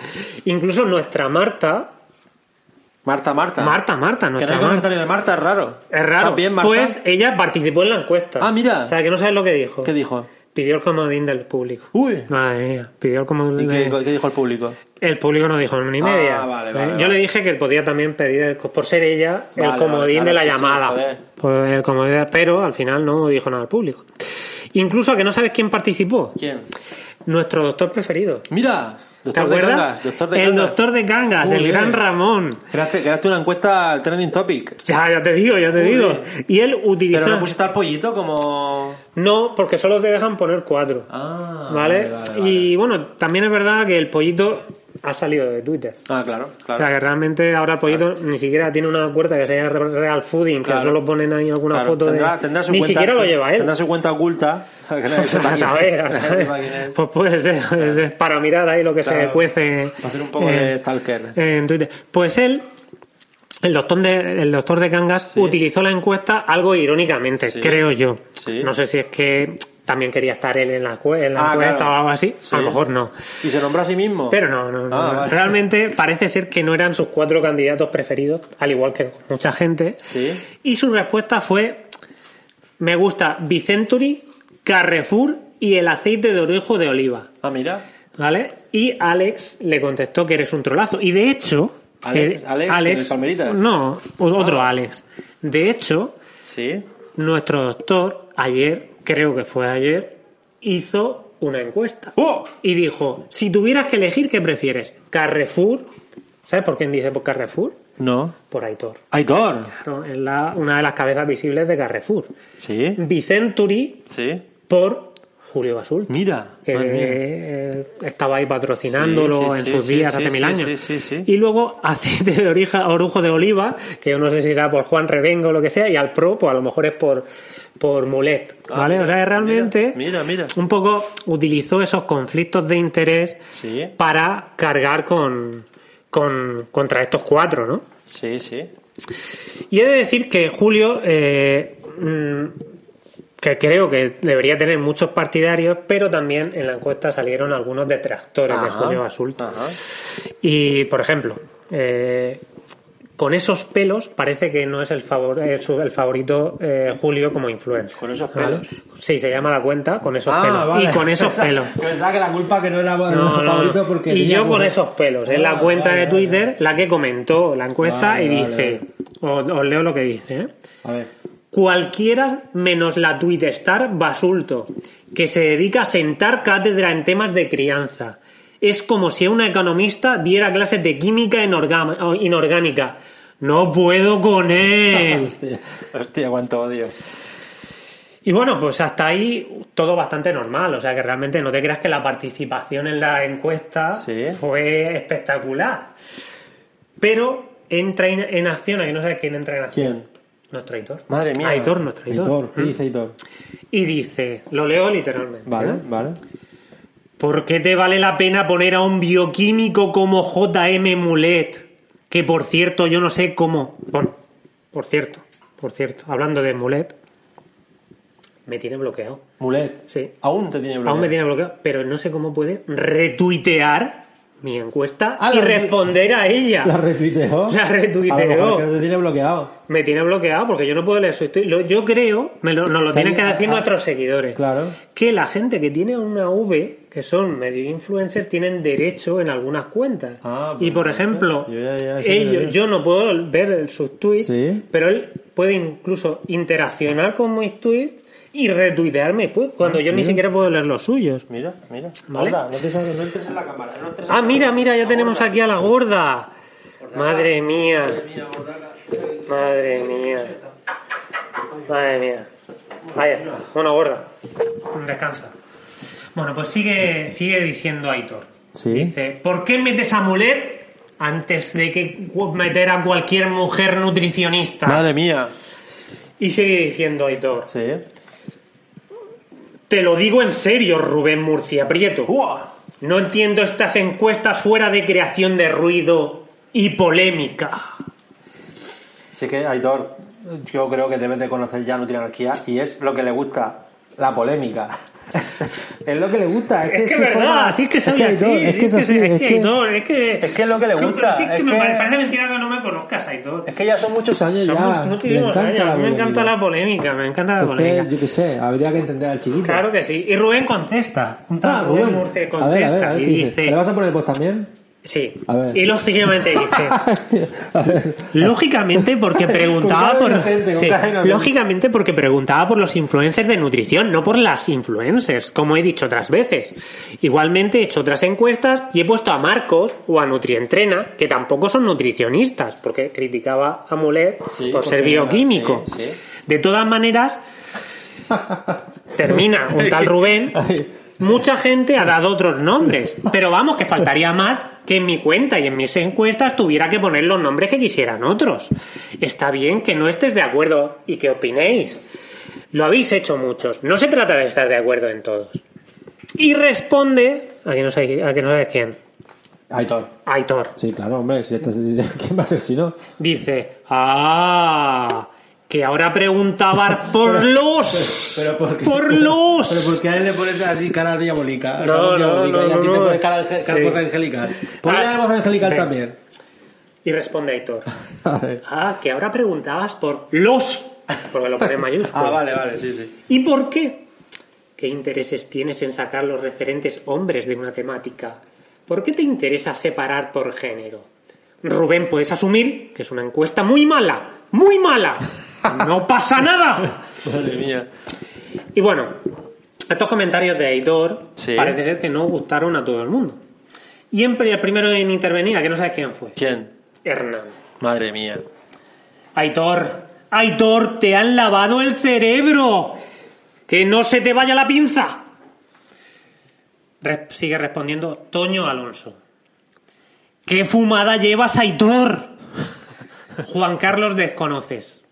B: Incluso nuestra Marta,
A: Marta, Marta.
B: Marta, Marta,
A: Ah. Que no
B: nuestra
A: hay
B: Marta.
A: comentario de Marta, es raro.
B: Es raro.
A: También, Marta.
B: Pues ella participó en la encuesta.
A: Ah, mira.
B: O sea, que no sabes lo que dijo.
A: ¿Qué dijo?
B: Pidió el comodín del público.
A: Uy.
B: Madre mía, pidió el comodín
A: ¿Y qué,
B: del
A: qué dijo el público?
B: El público no dijo ni
A: Ah,
B: media.
A: vale,
B: ¿eh?
A: vale,
B: Yo
A: vale.
B: le dije que podía también pedir, el- por ser ella,
A: Vale,
B: el comodín
A: vale,
B: de la
A: claro, sí, sí,
B: llamada.
A: joder.
B: Por el comodín, pero al final no dijo nada al público. Incluso a que no sabes quién participó.
A: ¿Quién?
B: Nuestro doctor preferido.
A: Mira, doctor
B: ¿Te
A: de
B: acuerdas?
A: Gangas, doctor de
B: el
A: Gangas.
B: doctor de Gangas,
A: Muy
B: el
A: bien.
B: gran Ramón.
A: Creaste, creaste una encuesta al trending topic.
B: Ya, ya te digo, ya te
A: Muy
B: digo.
A: bien.
B: Y él
A: Pero
B: utilizó.
A: no pusiste al pollito como.
B: No, porque solo te dejan poner cuatro.
A: Ah,
B: ¿Vale? Y bueno, también es verdad que el pollito ha salido de Twitter.
A: Ah, claro,
B: O
A: claro.
B: sea, que realmente ahora el pollito ni siquiera tiene una cuerda que sea Real Fooding,
A: Claro.
B: que solo ponen ahí alguna
A: Claro,
B: foto
A: tendrá,
B: de...
A: tendrá su
B: ni
A: cuenta,
B: siquiera lo lleva él.
A: Tendrá su cuenta oculta. que nadie sepa quién
B: a
A: es.
B: saber, a
A: Nadie
B: saber.
A: sepa quién es.
B: Pues puede ser, puede ser, para mirar ahí lo que se
A: Claro.
B: cuece.
A: Para hacer un poco
B: eh,
A: de stalker.
B: en Twitter. Pues él, el doctor de, el doctor de Cangas,
A: Sí.
B: utilizó la encuesta algo irónicamente,
A: Sí.
B: creo yo.
A: Sí.
B: No sé si es que también quería estar él en la, cue- en la
A: Ah,
B: encuesta
A: claro.
B: o algo así.
A: Sí.
B: A lo mejor no.
A: ¿Y se nombró a sí mismo?
B: Pero no, no, no,
A: Ah,
B: no.
A: vale.
B: Realmente parece ser que no eran sus cuatro candidatos preferidos, al igual que mucha gente.
A: Sí.
B: Y su respuesta fue: Me gusta Bicenturi, Carrefour y el aceite de orejo de oliva.
A: Ah, mira.
B: ¿Vale? Y Alex le contestó que eres un trolazo. Y de hecho,
A: Alex,
B: que-
A: Alex, ¿de los Palmeritas? Ah.
B: no, o- otro Alex. De hecho,
A: Sí.
B: nuestro doctor ayer, creo que fue ayer, hizo una encuesta.
A: ¡Oh!
B: Y dijo, si tuvieras que elegir, ¿qué prefieres? Carrefour. ¿Sabes por quién dice por Carrefour?
A: No.
B: Por Aitor.
A: Aitor.
B: Claro, es la- una de las cabezas visibles de Carrefour.
A: Sí.
B: Vicenturi
A: Sí.
B: por Julio Basulto.
A: Mira.
B: que
A: madre mía.
B: eh, estaba ahí patrocinándolo
A: Sí, sí,
B: en
A: sí,
B: sus
A: sí,
B: días
A: sí,
B: hace
A: sí,
B: mil años.
A: sí, sí, sí.
B: Y luego aceite de orija, orujo de oliva, que yo no sé si será por Juan Revengo o lo que sea, y al pro, pues a lo mejor es por, por Mulet.
A: Ah,
B: ¿Vale?
A: mira,
B: o sea, es realmente
A: mira, mira, mira.
B: un poco utilizó esos conflictos de interés
A: Sí.
B: para cargar con, con contra estos cuatro, ¿no?
A: Sí, sí.
B: Y he de decir que Julio, eh, mm, que creo que debería tener muchos partidarios, pero también en la encuesta salieron algunos detractores de
A: Ajá,
B: Julio Basulto.
D: Ah.
A: ajá.
B: Y, por ejemplo, eh, con esos pelos parece que no es el, favor, eh, su- el favorito eh, Julio como influencer.
A: ¿Con esos
B: ¿vale?
A: pelos?
B: Sí, se llama la cuenta, con esos
D: Ah,
B: pelos.
D: vale.
B: Y con esos
D: Pensaba-
B: pelos.
D: Pensaba que la culpa que no era no,
B: No, no,
D: favorito
B: no.
D: porque.
B: y
D: tenía
B: yo con
D: como-
B: esos pelos. Es la
D: Ah,
B: cuenta
D: vale,
B: de
D: vale,
B: Twitter la que comentó la encuesta
D: Vale,
B: y
D: vale,
B: dice, Os, os leo lo que dice, ¿eh?
D: vale. A ver.
B: Cualquiera menos la Twittestar Basulto, que se dedica a sentar cátedra en temas de crianza. Es como si una economista diera clases de química inorgam- o inorgánica. No puedo con él.
D: este.
A: Hostia, hostia, cuánto odio.
B: Y bueno, pues hasta ahí todo bastante normal. O sea que realmente no te creas que la participación en la encuesta
A: Sí.
B: fue espectacular. Pero entra en en acción, aquí no sabes quién entra en acción.
D: ¿Quién?
B: Nuestro Aitor.
A: Madre mía.
B: Aitor, nuestro Aitor. Mm.
D: Aitor. ¿Qué dice Aitor?
B: Y dice, lo leo literalmente.
D: Vale,
B: ¿eh?
D: vale.
B: ¿Por qué te vale la pena poner a un bioquímico como JM Mulet? Que por cierto, yo no sé cómo. Bueno, por cierto, por cierto, hablando de Mulet, me tiene bloqueado.
A: Mulet.
B: Sí.
A: Aún te tiene bloqueado.
B: Aún me tiene bloqueado, pero no sé cómo puede retuitear mi encuesta
D: Ah,
B: y
D: la re-
B: responder a ella.
D: La retuiteó.
B: La retuiteó.
D: A lo mejor que no te tiene bloqueado.
B: Me tiene bloqueado porque yo no puedo leer su tweet. Lo- Yo creo, me lo- nos lo
D: Está
B: tienen que
D: bien,
B: decir
D: ah,
B: nuestros seguidores,
D: Claro.
B: que la gente que tiene una V, que son medio influencers, tienen derecho en algunas cuentas.
D: Ah, pues
B: y por
D: no sé.
B: ejemplo,
D: Yo ya- ya sé que lo veo.
B: ellos, yo no puedo ver sus tweets,
D: Sí.
B: pero él puede incluso interaccionar con mis tweets y retuitearme pues, cuando yo ni siquiera puedo leer los suyos.
A: Mira, mira.
B: ¿Vale?
D: Gorda, no, te salgas, no entres en la cámara. No entres en
B: Ah, mira, mira, ya tenemos aquí a la gorda. Madre mía. Madre mía. Madre mía. Ahí está. Bueno, gorda. Descansa. Bueno, pues sigue, sigue diciendo Aitor.
D: Sí.
B: Dice, ¿por qué metes a Mulet antes de que cu- meter a cualquier mujer nutricionista?
A: Madre mía.
B: Y sigue diciendo Aitor.
A: Sí.
B: Te lo digo en serio, Rubén Murcia Prieto.
A: ¡Buah!
B: No entiendo estas encuestas fuera de creación de ruido y polémica.
A: Sí que Aitor, yo creo que debes de conocer ya Nutrianarquía y es lo que le gusta, la polémica. es lo que le gusta. Es,
B: Es que es
A: su forma-
B: verdad, sí es que sale
D: Aitor,
B: así.
D: es que es así,
B: Es
D: es
B: que
D: que-
B: Aitor, es que.
A: es que es lo que le
B: Sí,
A: gusta,
B: sí, es que
A: es
B: me
A: que-
B: parece mentira que no me conozcas, Aitor.
A: Es que ya son muchos años.
D: Años
B: Somos
D: ya. Le
B: muchísimos
D: encanta
B: años.
D: la
B: A mí me encanta
D: polémica.
B: la polémica, me encanta la
D: Entonces,
B: polémica.
D: yo qué sé, habría que entender al chiquito.
B: Claro que sí. Y Rubén contesta.
D: Ah,
B: Rubén
D: Rubén.
B: Murcia
D: A ver, a ver,
B: contesta
D: a ver,
B: y
D: ¿qué dice? ¿Le
B: dice.
D: vas a poner vos también?
B: Sí.
D: A ver.
B: Y lógicamente dice.
D: a ver.
B: Lógicinamente porque preguntaba
D: Con cara de
B: por
D: inocente, con
B: Sí,
D: cara de inocente.
B: lógicamente porque preguntaba por los influencers de nutrición, no por las influencers, como he dicho otras veces. Igualmente he hecho otras encuestas y he puesto a Marcos o a Nutrientrena, que tampoco son nutricionistas, porque criticaba a Mulet
A: Sí,
B: por
A: porque
B: ser
A: era-
B: bioquímico.
A: sí, sí.
B: De todas maneras, termina un tal Rubén. Mucha gente ha dado otros nombres, pero vamos, que faltaría más que en mi cuenta y en mis encuestas tuviera que poner los nombres que quisieran otros. Está bien que no estés de acuerdo y que opinéis. Lo habéis hecho muchos. No se trata de estar de acuerdo en todos. Y responde, a que no sabéis, a que no sabéis quién,
D: Aitor.
B: Aitor.
D: Sí, claro, hombre, si estás, ¿quién va a ser si no?
B: Dice, ah, que ahora preguntaba por los, por los.
D: Pero ¿por qué a él le pones así cara diabólica? O sea,
B: No,
D: voz
B: no,
D: diabólica,
B: no,
D: y a ti
B: no,
D: te
B: no.
D: pones cara, de- cara
B: Sí.
D: voz angelical. Ponle
B: Ah,
D: la voz angelical
B: sí.
D: también.
B: Y responde Aitor.
D: A ver.
B: Ah, que ahora preguntabas por los. Porque lo pone en mayúscula.
D: Ah, vale, vale, sí, sí.
B: ¿Y por qué? ¿Qué intereses tienes en sacar los referentes hombres de una temática? ¿Por qué te interesa separar por género? Rubén, puedes asumir que es una encuesta muy mala, muy mala. No pasa nada.
A: Madre mía.
B: Y bueno, estos comentarios de Aitor
A: Sí.
B: parece ser que no gustaron a todo el mundo. Y en- el primero en intervenir, a que no sabes quién fue.
A: ¿Quién?
B: Hernán.
A: Madre mía.
B: Aitor, Aitor, te han lavado el cerebro. Que no se te vaya la pinza. Re- sigue respondiendo Toño Alonso. ¿Qué fumada llevas, Aitor? Juan Carlos desconoces.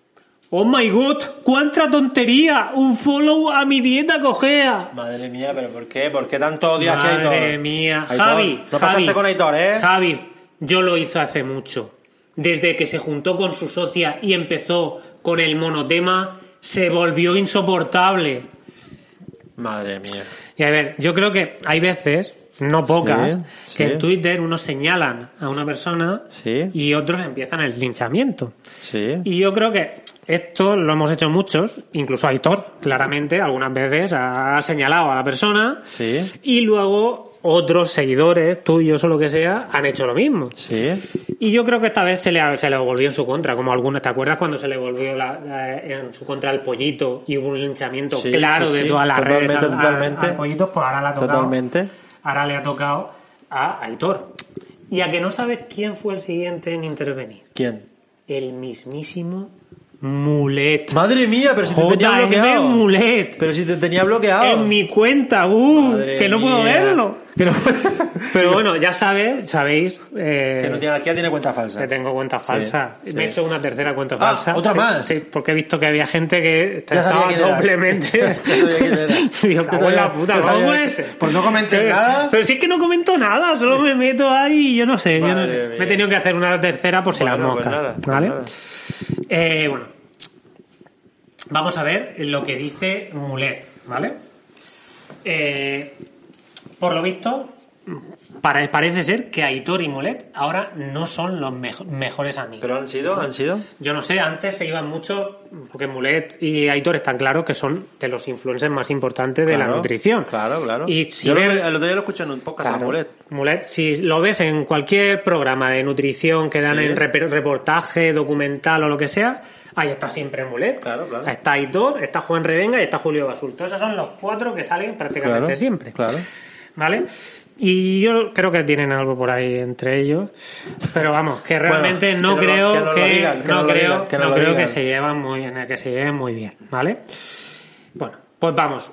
B: Oh my god, cuánta tontería. Un follow a mi dieta cojea.
A: Madre mía, pero ¿por qué? ¿Por qué tanto odio hacia Aitor?
B: Madre mía,
A: Aitor,
B: Javi.
A: No
B: Javi,
A: pasaste con Aitor, ¿eh?
B: Javi, yo lo hizo hace mucho. Desde que se juntó con su socia y empezó con el monotema, se volvió insoportable.
A: Madre mía.
B: Y a ver, yo creo que hay veces, no pocas,
A: sí.
B: que en Twitter unos señalan a una persona
A: Sí.
B: y otros empiezan el linchamiento.
A: Sí.
B: Y yo creo que esto lo hemos hecho muchos, incluso Aitor, claramente, algunas veces ha señalado a la persona.
A: Sí.
B: Y luego otros seguidores, tuyos o lo que sea, han hecho lo mismo.
A: Sí.
B: Y yo creo que esta vez se le, se le volvió en su contra, como algunos. ¿Te acuerdas cuando se le volvió la- la- en su contra el pollito y hubo un linchamiento
A: Sí,
B: claro
A: sí,
B: de
A: sí,
B: todas las redes?
A: totalmente,
B: al- al-
A: totalmente.
B: al pollito, pues
A: Ah,
B: ahora le ha tocado.
A: Totalmente.
B: Ahora le ha tocado a Aitor. Y a que no sabes quién fue el siguiente en intervenir.
A: ¿Quién?
B: El mismísimo Mulet.
A: Madre mía, pero si te tenía
B: JM
A: bloqueado.
B: Mulet.
A: Pero si te tenía bloqueado.
B: En mi cuenta, uh,
A: Madre
B: que no puedo
A: mía.
B: verlo.
A: Que no,
B: Pero bueno, ya sabes, sabéis. eh,
A: que no tiene, que ya tiene cuenta falsa.
B: que tengo cuenta falsa.
A: sí.
B: Me he hecho una tercera cuenta
A: Ah,
B: falsa.
A: ¿otra
B: Sí,
A: más?
B: Sí, porque he visto que había gente que
A: Ya sabía
B: estaba
A: quién eras.
B: doblemente.
A: Ya sabía quién eras.
B: Digo,
A: Ya
B: cago en la
A: sabía-
B: puta,
A: ya
B: ¿cómo
A: sabía-
B: puede ser?
A: Pues no comentes
B: Pero-
A: nada.
B: Pero si es que no comento nada, solo me meto ahí y yo no sé. yo no
A: Madre
B: sé.
A: mía.
B: Me he tenido que hacer una tercera por si las
A: Bueno, pues
B: moscas.
A: nada, pues
B: ¿Vale?
A: nada.
B: Eh, bueno. Vamos a ver lo que dice Mulet, ¿vale? Eh, por lo visto, para- parece ser que Aitor y Mulet ahora no son los mejo- mejores amigos.
A: Pero han sido, han sido.
B: Yo no sé, antes se iban mucho, porque Mulet y Aitor están claros que son de los influencers más importantes de la
A: Claro,
B: nutrición.
A: Claro, claro.
B: Y si
A: Yo lo-
B: ves-
A: el otro día lo escuché en un podcast
B: Claro.
A: a Mulet.
B: Mulet, si lo ves en cualquier programa de nutrición que dan
A: Sí.
B: en rep- reportaje, documental o lo que sea, ahí está siempre Mulet.
A: Claro, claro.
B: Está Aitor, está Juan Revenga y está Julio Basulto. Esos son los cuatro que salen prácticamente siempre.
A: Claro.
B: ¿Vale? Y yo creo que tienen algo por ahí entre ellos. Pero vamos, que realmente
A: que
B: no
A: nos lo-
B: creo
A: que nos lo
B: que,
A: digan, que
B: no
A: nos lo
B: creo,
A: digan, que
B: no
A: nos lo
B: creo que
A: digan.
B: se llevan muy en el que se lleven muy bien, ¿vale? Bueno, pues vamos.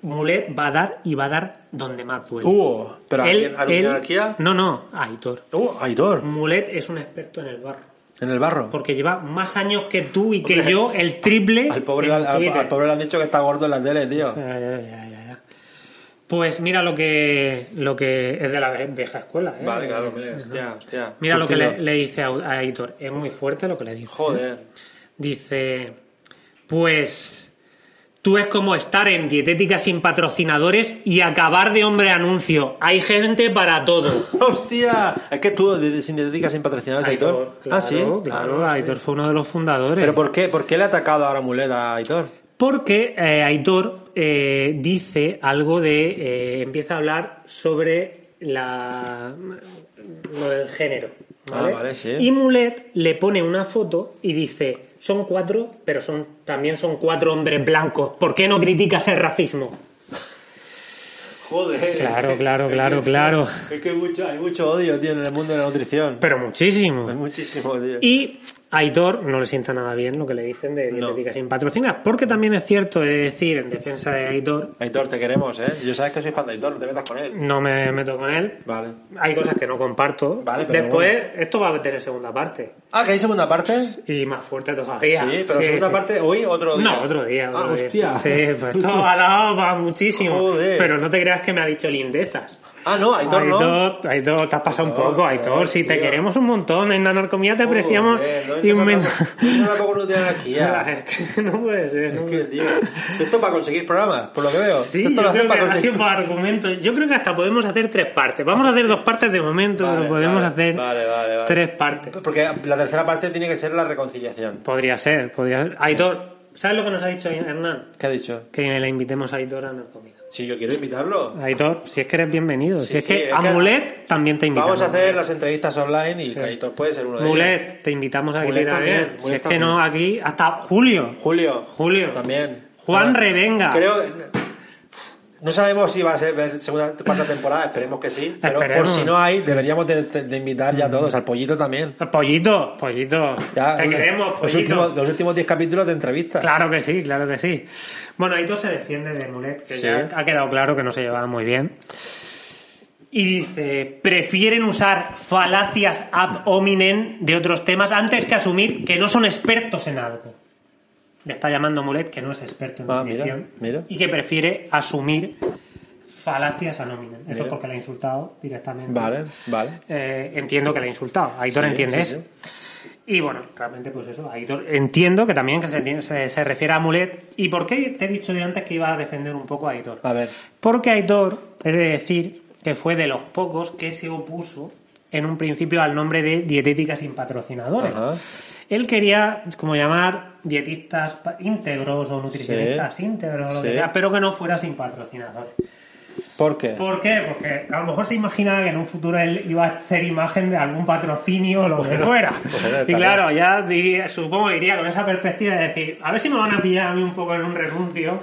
B: Mulet va a dar y va a dar donde más duele.
A: Uh, pero ¿a
B: Él-
A: quién? ¿A la
B: él-
A: monarquía?
B: No, no, a Aitor.
A: Uh, Aitor.
B: Mulet es un experto en el barro.
A: En el barro.
B: Porque lleva más años que tú y que yo, el triple.
A: Al pobre,
B: en
A: al, al-
B: Twitter.
A: al pobre le han dicho que está gordo en la tele, tío.
B: Ya, ya, ya, ya, ya. Pues mira lo que, lo que es de la ve- vieja escuela. ¿eh?
A: Vale, claro, mira, hostia, hostia.
B: Mira lo que le,
A: Estúpido.
B: le dice a, a Aitor. Es muy fuerte lo que le dijo. ¿eh?
A: Joder.
B: Dice, pues tú es como estar en dietética sin patrocinadores y acabar de hombre anuncio. Hay gente para todo.
A: ¡Hostia! Es que tú, de- de- sin dedicas sin patrocinadores, Aitor.
B: claro,
A: ah, sí.
B: claro,
A: Ah, no,
B: Aitor
A: sí.
B: fue uno de los fundadores.
A: ¿Pero por qué? ¿Por qué le ha atacado ahora Mulet a Aitor?
B: Porque eh, Aitor eh, dice algo de. eh, empieza a hablar sobre la, lo del género. ¿vale?
A: Ah, vale, sí.
B: Y Mulet le pone una foto y dice: son cuatro, pero son también son cuatro hombres blancos. ¿Por qué no criticas el racismo?
A: Joder.
B: Claro, claro, claro, claro.
A: Es que hay mucho, hay mucho odio, tío, en el mundo de la nutrición.
B: Pero muchísimo.
A: Hay muchísimo odio.
B: Y a Aitor no le sienta nada bien lo que le dicen de
A: No.
B: dietética sin patrocinar. Porque también es cierto he de decir en defensa de Aitor.
A: Aitor, te queremos, ¿eh? Yo sabes que soy fan de Aitor, no te metas con él.
B: No me meto con él,
A: Vale.
B: Hay cosas que no comparto.
A: Vale, pero
B: Después, esto va a tener segunda parte.
A: Ah, que hay segunda parte.
B: Y más fuerte todavía.
A: Sí, pero segunda
B: sí.
A: parte hoy, otro día.
B: No, otro día.
A: Ah,
B: otro día.
A: hostia.
B: Sí, pues esto ha dado para muchísimo.
A: Joder.
B: Pero no te creas que me ha dicho lindezas.
A: Ah, no, Aitor, no.
B: Aitor, Aitor, te has pasado
A: Aitor,
B: un poco,
A: Aitor,
B: Aitor. Si te
A: tío.
B: queremos un montón. En Anarcomía te apreciamos
A: Joder, no,
B: inmen-
A: Eso tampoco no tiene anarquía.
B: Es que no puede ser. no
A: Es
B: puede
A: que,
B: ser.
A: tío, esto para conseguir programas, por lo que veo.
B: Sí,
A: esto
B: yo
A: lo hacen
B: creo que
A: para
B: así
A: conseguir.
B: por argumentos. Yo creo que hasta podemos hacer tres partes. Vamos a hacer dos partes de momento,
A: Vale,
B: pero podemos
A: vale,
B: hacer
A: vale, vale, vale.
B: tres partes.
A: Porque la tercera parte tiene que ser la reconciliación.
B: Podría ser, podría ser. Aitor, ¿Sabes lo que nos ha dicho Hernán?
A: ¿Qué ha dicho?
B: Que le invitemos a Aitor a una comida.
A: Si yo quiero invitarlo.
B: Aitor, si es que eres bienvenido.
A: Sí,
B: si es
A: sí,
B: que
A: es
B: a
A: que-
B: Mulet también te invitamos.
A: Vamos a hacer las entrevistas online y Aitor puede ser uno de ellos.
B: Mulet, te invitamos a que
A: Mulet
B: te
A: también,
B: veas. Si
A: Mulet
B: es que no, aquí hasta Julio.
A: Julio.
B: Julio.
A: También.
B: Juan
A: Ahora,
B: Revenga.
A: Creo. No sabemos si va a ser ver segunda cuarta temporada, esperemos que sí. Pero
B: Esperemos.
A: por si no hay, deberíamos de, de- de invitar ya a todos, al pollito también.
B: Pollito, pollito.
A: Ya,
B: te
A: un-
B: queremos,
A: los
B: pollito.
A: últimos, los últimos 10 capítulos de entrevistas.
B: Claro que sí, claro que sí. Bueno, Aito se defiende de Mulet, que
A: Sí.
B: ya ha quedado claro que no se llevaba muy bien. Y dice, prefieren usar falacias ad hominem de otros temas antes que asumir que no son expertos en algo. Le está llamando Mulet que no es experto en
A: Ah,
B: nutrición
A: mira, mira.
B: y que prefiere asumir falacias ad hominem. Eso
A: Mira.
B: porque la ha insultado directamente.
A: Vale, vale.
B: Eh, entiendo que la ha insultado. Aitor
A: Sí,
B: entiende
A: sí,
B: eso. Y bueno, realmente pues eso, Aitor entiendo que también que se, tiene- se, se refiere a Mulet. ¿Y por qué te he dicho yo antes que iba a defender un poco a Aitor?
A: A ver.
B: Porque Aitor, he de decir, que fue de los pocos que se opuso en un principio al nombre de dietética sin patrocinadores.
A: Ajá.
B: Él quería como llamar dietistas pa- íntegros o nutricionistas íntegros o lo que
A: Sí.
B: sea, pero que no fuera sin patrocinadores.
A: ¿Por qué?
B: ¿Por qué? Porque a lo mejor se imaginaba que en un futuro él iba a ser imagen de algún patrocinio o lo que fuera.
A: bueno, pues
B: y
A: está
B: claro, ya diría- supongo que iría con esa perspectiva de decir, a ver si me van a pillar a mí un poco en un renuncio.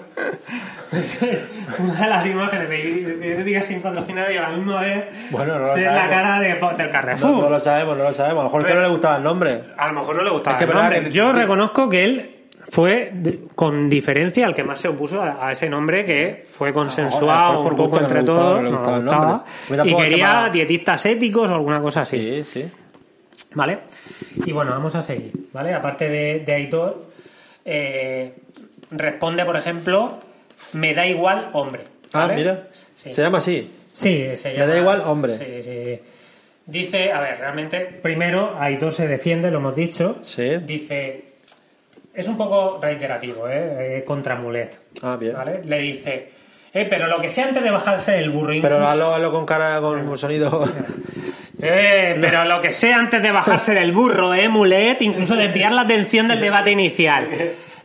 B: Una de las imágenes de dietética sin patrocinador y a la misma vez
A: Bueno, no lo
B: ser la
A: sabemos.
B: cara de, del
A: No,
B: Carrefour.
A: no lo sabemos, no lo sabemos. A lo mejor que no le gustaba el nombre.
B: A lo mejor no le gustaba.
A: Es que
B: el
A: verdad
B: nombre.
A: que-
B: Yo reconozco que él fue, de- con diferencia, el que más se opuso a, a ese nombre que fue
A: A
B: consensuado
A: lo mejor por
B: un poco
A: gusto no le
B: entre
A: gustaba,
B: todos.
A: no le
B: no
A: gustaba el
B: le gustaba.
A: nombre. Pues
B: y
A: tampoco es que
B: quería
A: más-
B: dietistas éticos o alguna cosa
A: Sí,
B: así.
A: sí.
B: ¿Vale? Y bueno, vamos a seguir. ¿Vale? Aparte de, de Aitor, eh, responde, por ejemplo, me da igual hombre.
A: Ah,
B: ¿vale?
A: mira.
B: Sí.
A: Se llama así.
B: Sí, se
A: Me
B: llama-
A: da igual, hombre.
B: Sí, sí. Dice, a ver, realmente, primero, Aitor se defiende, lo hemos dicho.
A: Sí.
B: Dice, es un poco reiterativo, ¿eh? Eh, contra Mulet.
A: Ah, bien.
B: ¿Vale? Le dice, eh, pero lo que sea antes de bajarse del burro.
A: Pero
B: incluso-
A: hazlo, hazlo con cara, con un sonido.
B: Eh, pero lo que sea antes de bajarse del burro, eh, Mulet, incluso desviar la atención del debate inicial.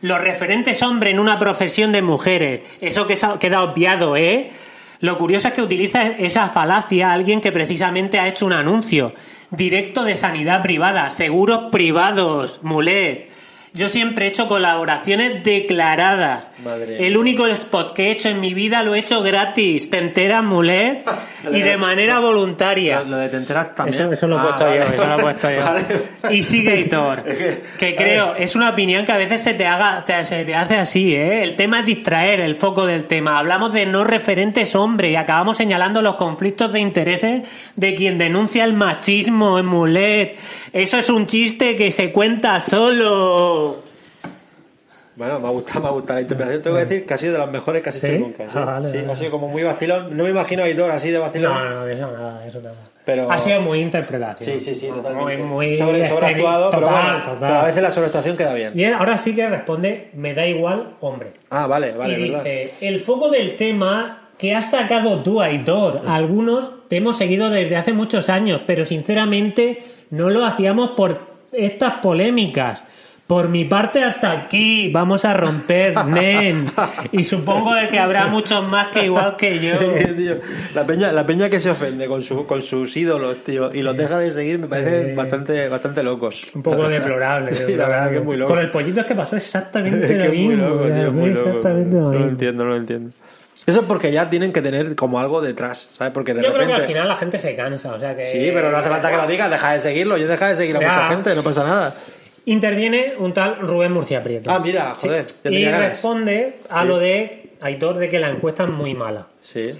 B: Los referentes hombre en una profesión de mujeres, eso que sa- queda obviado, ¿eh? Lo curioso es que utiliza esa falacia alguien que precisamente ha hecho un anuncio directo de sanidad privada, seguros privados, Mulet. Yo siempre he hecho colaboraciones declaradas.
A: Madre
B: El único spot que he hecho en mi vida lo he hecho gratis, te enteras, Mulet, y de manera voluntaria.
A: Lo, lo de te enteras también.
B: Eso, eso lo he
A: Ah,
B: puesto
A: vale.
B: yo, eso lo he puesto yo.
A: Vale.
B: Y sigue Hitor, que, creo, es una opinión que a veces se te haga, te- se te hace así, ¿eh? El tema es distraer el foco del tema. Hablamos de no referentes hombre y acabamos señalando los conflictos de intereses de quien denuncia el machismo en Mulet. Eso es un chiste que se cuenta solo.
A: Bueno, me ha gustado, me ha gustado la interpretación. Tengo que decir que ha sido de las mejores que has
B: ¿Sí?
A: hecho nunca. Sí,
B: Ah, vale,
A: Sí,
B: vale.
A: ha sido como muy vacilón. No me imagino a Aitor así de vacilón.
B: no, de eso nada, de eso nada.
A: Pero-
B: Ha sido muy
A: Sí,
B: interpretación.
A: sí, sí, totalmente.
B: Muy, muy
A: Sobre- sobreactuado, pero
B: total,
A: bueno,
B: total.
A: pero a veces la sobreactuación queda bien.
B: Y él ahora sí que responde, me da igual, hombre.
A: Ah, vale, vale,
B: y
A: verdad.
B: dice, el foco del tema que has sacado tú, Aitor, algunos te hemos seguido desde hace muchos años, pero sinceramente no lo hacíamos por estas polémicas. Por mi parte hasta aquí, vamos a romper, men. Y supongo de que habrá muchos más que igual que yo.
A: Tío, la, peña, la peña que se ofende con, su, con sus ídolos, tío, y los deja de seguir, me parece
B: Eh,
A: bastante, bastante locos.
B: Un poco
A: La verdad.
B: deplorable.
A: Sí, la
B: deplorable.
A: verdad que es muy loco.
B: Con el pollito es que pasó exactamente
A: Es que
B: lo
A: es muy
B: mismo.
A: loco, tío, es
B: ¿verdad?
A: muy loco.
B: exactamente lo
A: No lo
B: mismo.
A: entiendo, no lo entiendo. Eso es porque ya tienen que tener como algo detrás, ¿sabes? Porque de
B: Yo creo
A: repente...
B: que al final la gente se cansa, o sea que...
A: Sí, pero no hace falta que lo digas, deja de seguirlo, yo deja de seguir a
B: Ya.
A: mucha gente, no pasa nada.
B: Interviene un tal Rubén Murcia Prieto.
A: Ah, mira,
B: Sí.
A: joder, ya
B: Y
A: tenía ganas.
B: responde a
A: Sí.
B: lo de Aitor de que la encuesta es muy mala.
A: Sí.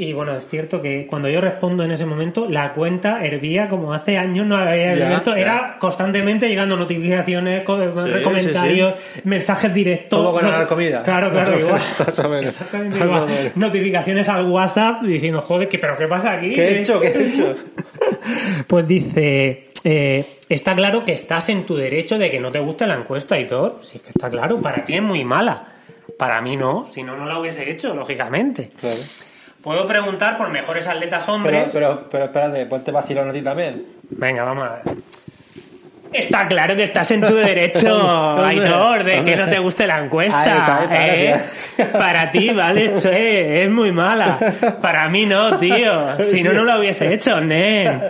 B: Y bueno, es cierto que cuando yo respondo en ese momento, la cuenta hervía como hace años no había
A: Ya,
B: hervido.
A: ya.
B: Era constantemente llegando notificaciones, co-
A: sí,
B: comentarios, mensajes directos.
A: Como con
B: No-
A: ganar comida.
B: Claro,
A: Más
B: claro,
A: o
B: igual.
A: menos, más o menos.
B: Exactamente
A: Más o
B: igual.
A: menos.
B: Notificaciones al WhatsApp diciendo, joder, ¿qué, ¿pero qué pasa aquí?
A: ¿Qué he hecho? ¿Qué he hecho?
B: Pues dice, eh, está claro que estás en tu derecho de que no te guste la encuesta y todo. Si es que está claro, para ti es muy mala. Para mí no, si no, no la hubiese hecho, lógicamente.
A: Claro.
B: Puedo preguntar por mejores atletas
A: Pero,
B: hombres.
A: pero, pero espérate, ponte vacilón a ti también.
B: Venga, vamos a ver. Está claro que estás en tu derecho, Aitor, de que no te guste la encuesta.
A: Ahí está, ahí está,
B: ¿eh?
A: gracias.
B: Para ti, vale, eso es, es muy mala. Para mí no, tío. Si no, no lo hubiese hecho, nen.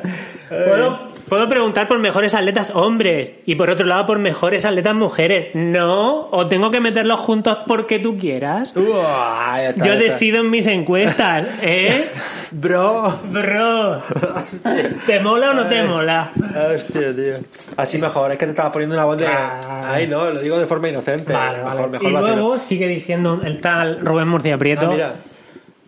B: ¿Puedo, puedo preguntar por mejores atletas hombres y por otro lado por mejores atletas mujeres. No, o tengo que meterlos juntos porque tú quieras.
A: Uah, ahí está,
B: Yo
A: ahí está.
B: decido en mis encuestas, ¿eh?
A: Bro.
B: Bro, ¿te mola o no
A: Eh,
B: te mola?
A: Hostia, tío. Así mejor, es que te estaba poniendo una voz de.
B: Ah.
A: Ay, no, lo digo de forma inocente.
B: Vale,
A: mejor,
B: vale.
A: mejor
B: y
A: lo hacemos.
B: luego sigue diciendo el tal Rubén Murcia
A: Ah,
B: Prieto.
A: mira.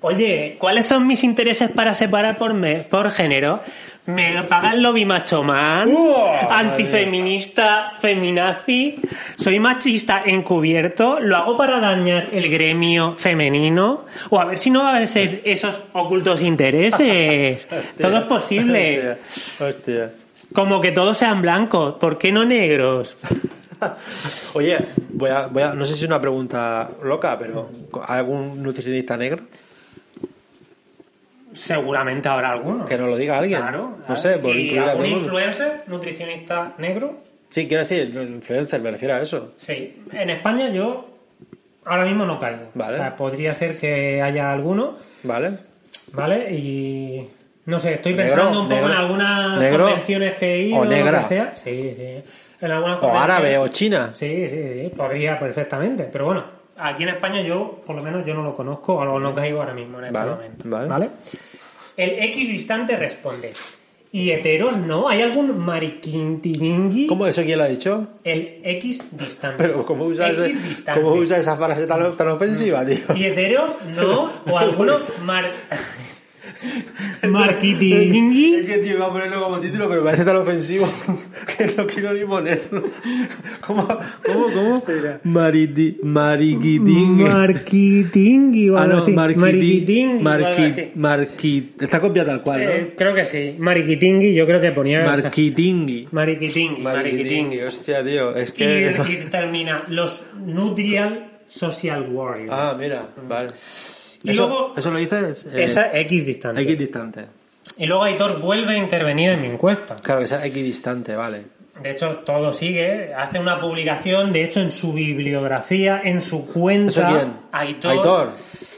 B: Oye, ¿cuáles son mis intereses para separar por me- por género? Me pagan lo bimachoman,
A: Uah,
B: antifeminista, feminazi, soy machista encubierto, lo hago para dañar el gremio femenino, o a ver si no va a ser esos ocultos intereses. Todo es posible.
A: Hostia. Hostia.
B: Como que todos sean blancos, ¿por qué no negros?
A: Oye, voy a, voy a, no sé si es una pregunta loca, pero ¿hay algún nutricionista negro?
B: Seguramente habrá alguno.
A: Que nos lo diga alguien.
B: Claro,
A: No
B: claro.
A: sé, por
B: ¿Y
A: incluir a todo
B: algún
A: el mundo.
B: influencer, nutricionista negro?
A: Sí, quiero decir, influencer, me refiero a eso.
B: Sí. En España yo ahora mismo no caigo.
A: Vale.
B: O sea, podría ser que haya alguno,
A: ¿Vale?
B: ¿vale? Y no sé, estoy
A: Negro,
B: pensando un poco
A: negro,
B: en algunas
A: negro
B: convenciones que he ido
A: o negra.
B: lo que sea. Sí, sí. En algunas
A: O
B: convenciones-
A: árabe o china.
B: Sí, sí, sí, podría perfectamente, pero bueno, aquí en España yo, por lo menos yo no lo conozco o no caigo ahora mismo en este
A: Vale,
B: momento.
A: vale.
B: El X distante responde. ¿Y heteros no? ¿Hay algún mariquintiringui?
A: ¿Cómo eso quién lo ha dicho?
B: El X distante.
A: Pero ¿cómo usa,
B: X
A: ese-
B: distante. Mm.
A: cómo usa esa frase tan, tan ofensiva, tío?
B: ¿Y heteros no? ¿O alguno mar... marquitingui?
A: Es que, tío, iba a ponerlo como título, pero parece tan ofensivo que no quiero ni ponerlo. ¿Cómo? ¿Cómo? ¿Cómo? Maridi, mariquitingue.
B: Marquitingui o
A: Ah,
B: algo
A: no,
B: así.
A: marquitingui.
B: Marquitingui, o algo
A: Marqui,
B: así.
A: marqui, está copiada tal cual, ¿no?
B: Eh, creo que sí. Mariquitingui, yo creo que ponía.
A: Marquitingui. Marquitingui,
B: Mariquitingui, mariquitingui.
A: hostia, tío. Es
B: Y,
A: que.
B: y termina los Nutrial Social Warriors.
A: Ah, mira, vale.
B: Y
A: eso,
B: luego-
A: eso lo dices. eh,
B: Esa equidistante.
A: Equidistante.
B: Y luego Aitor vuelve a intervenir en mi encuesta.
A: Claro, que sea equidistante, vale.
B: De hecho, todo sigue. Hace una publicación, de hecho, en su bibliografía, en su cuenta.
A: ¿Eso quién?
B: Aitor.
A: Aitor.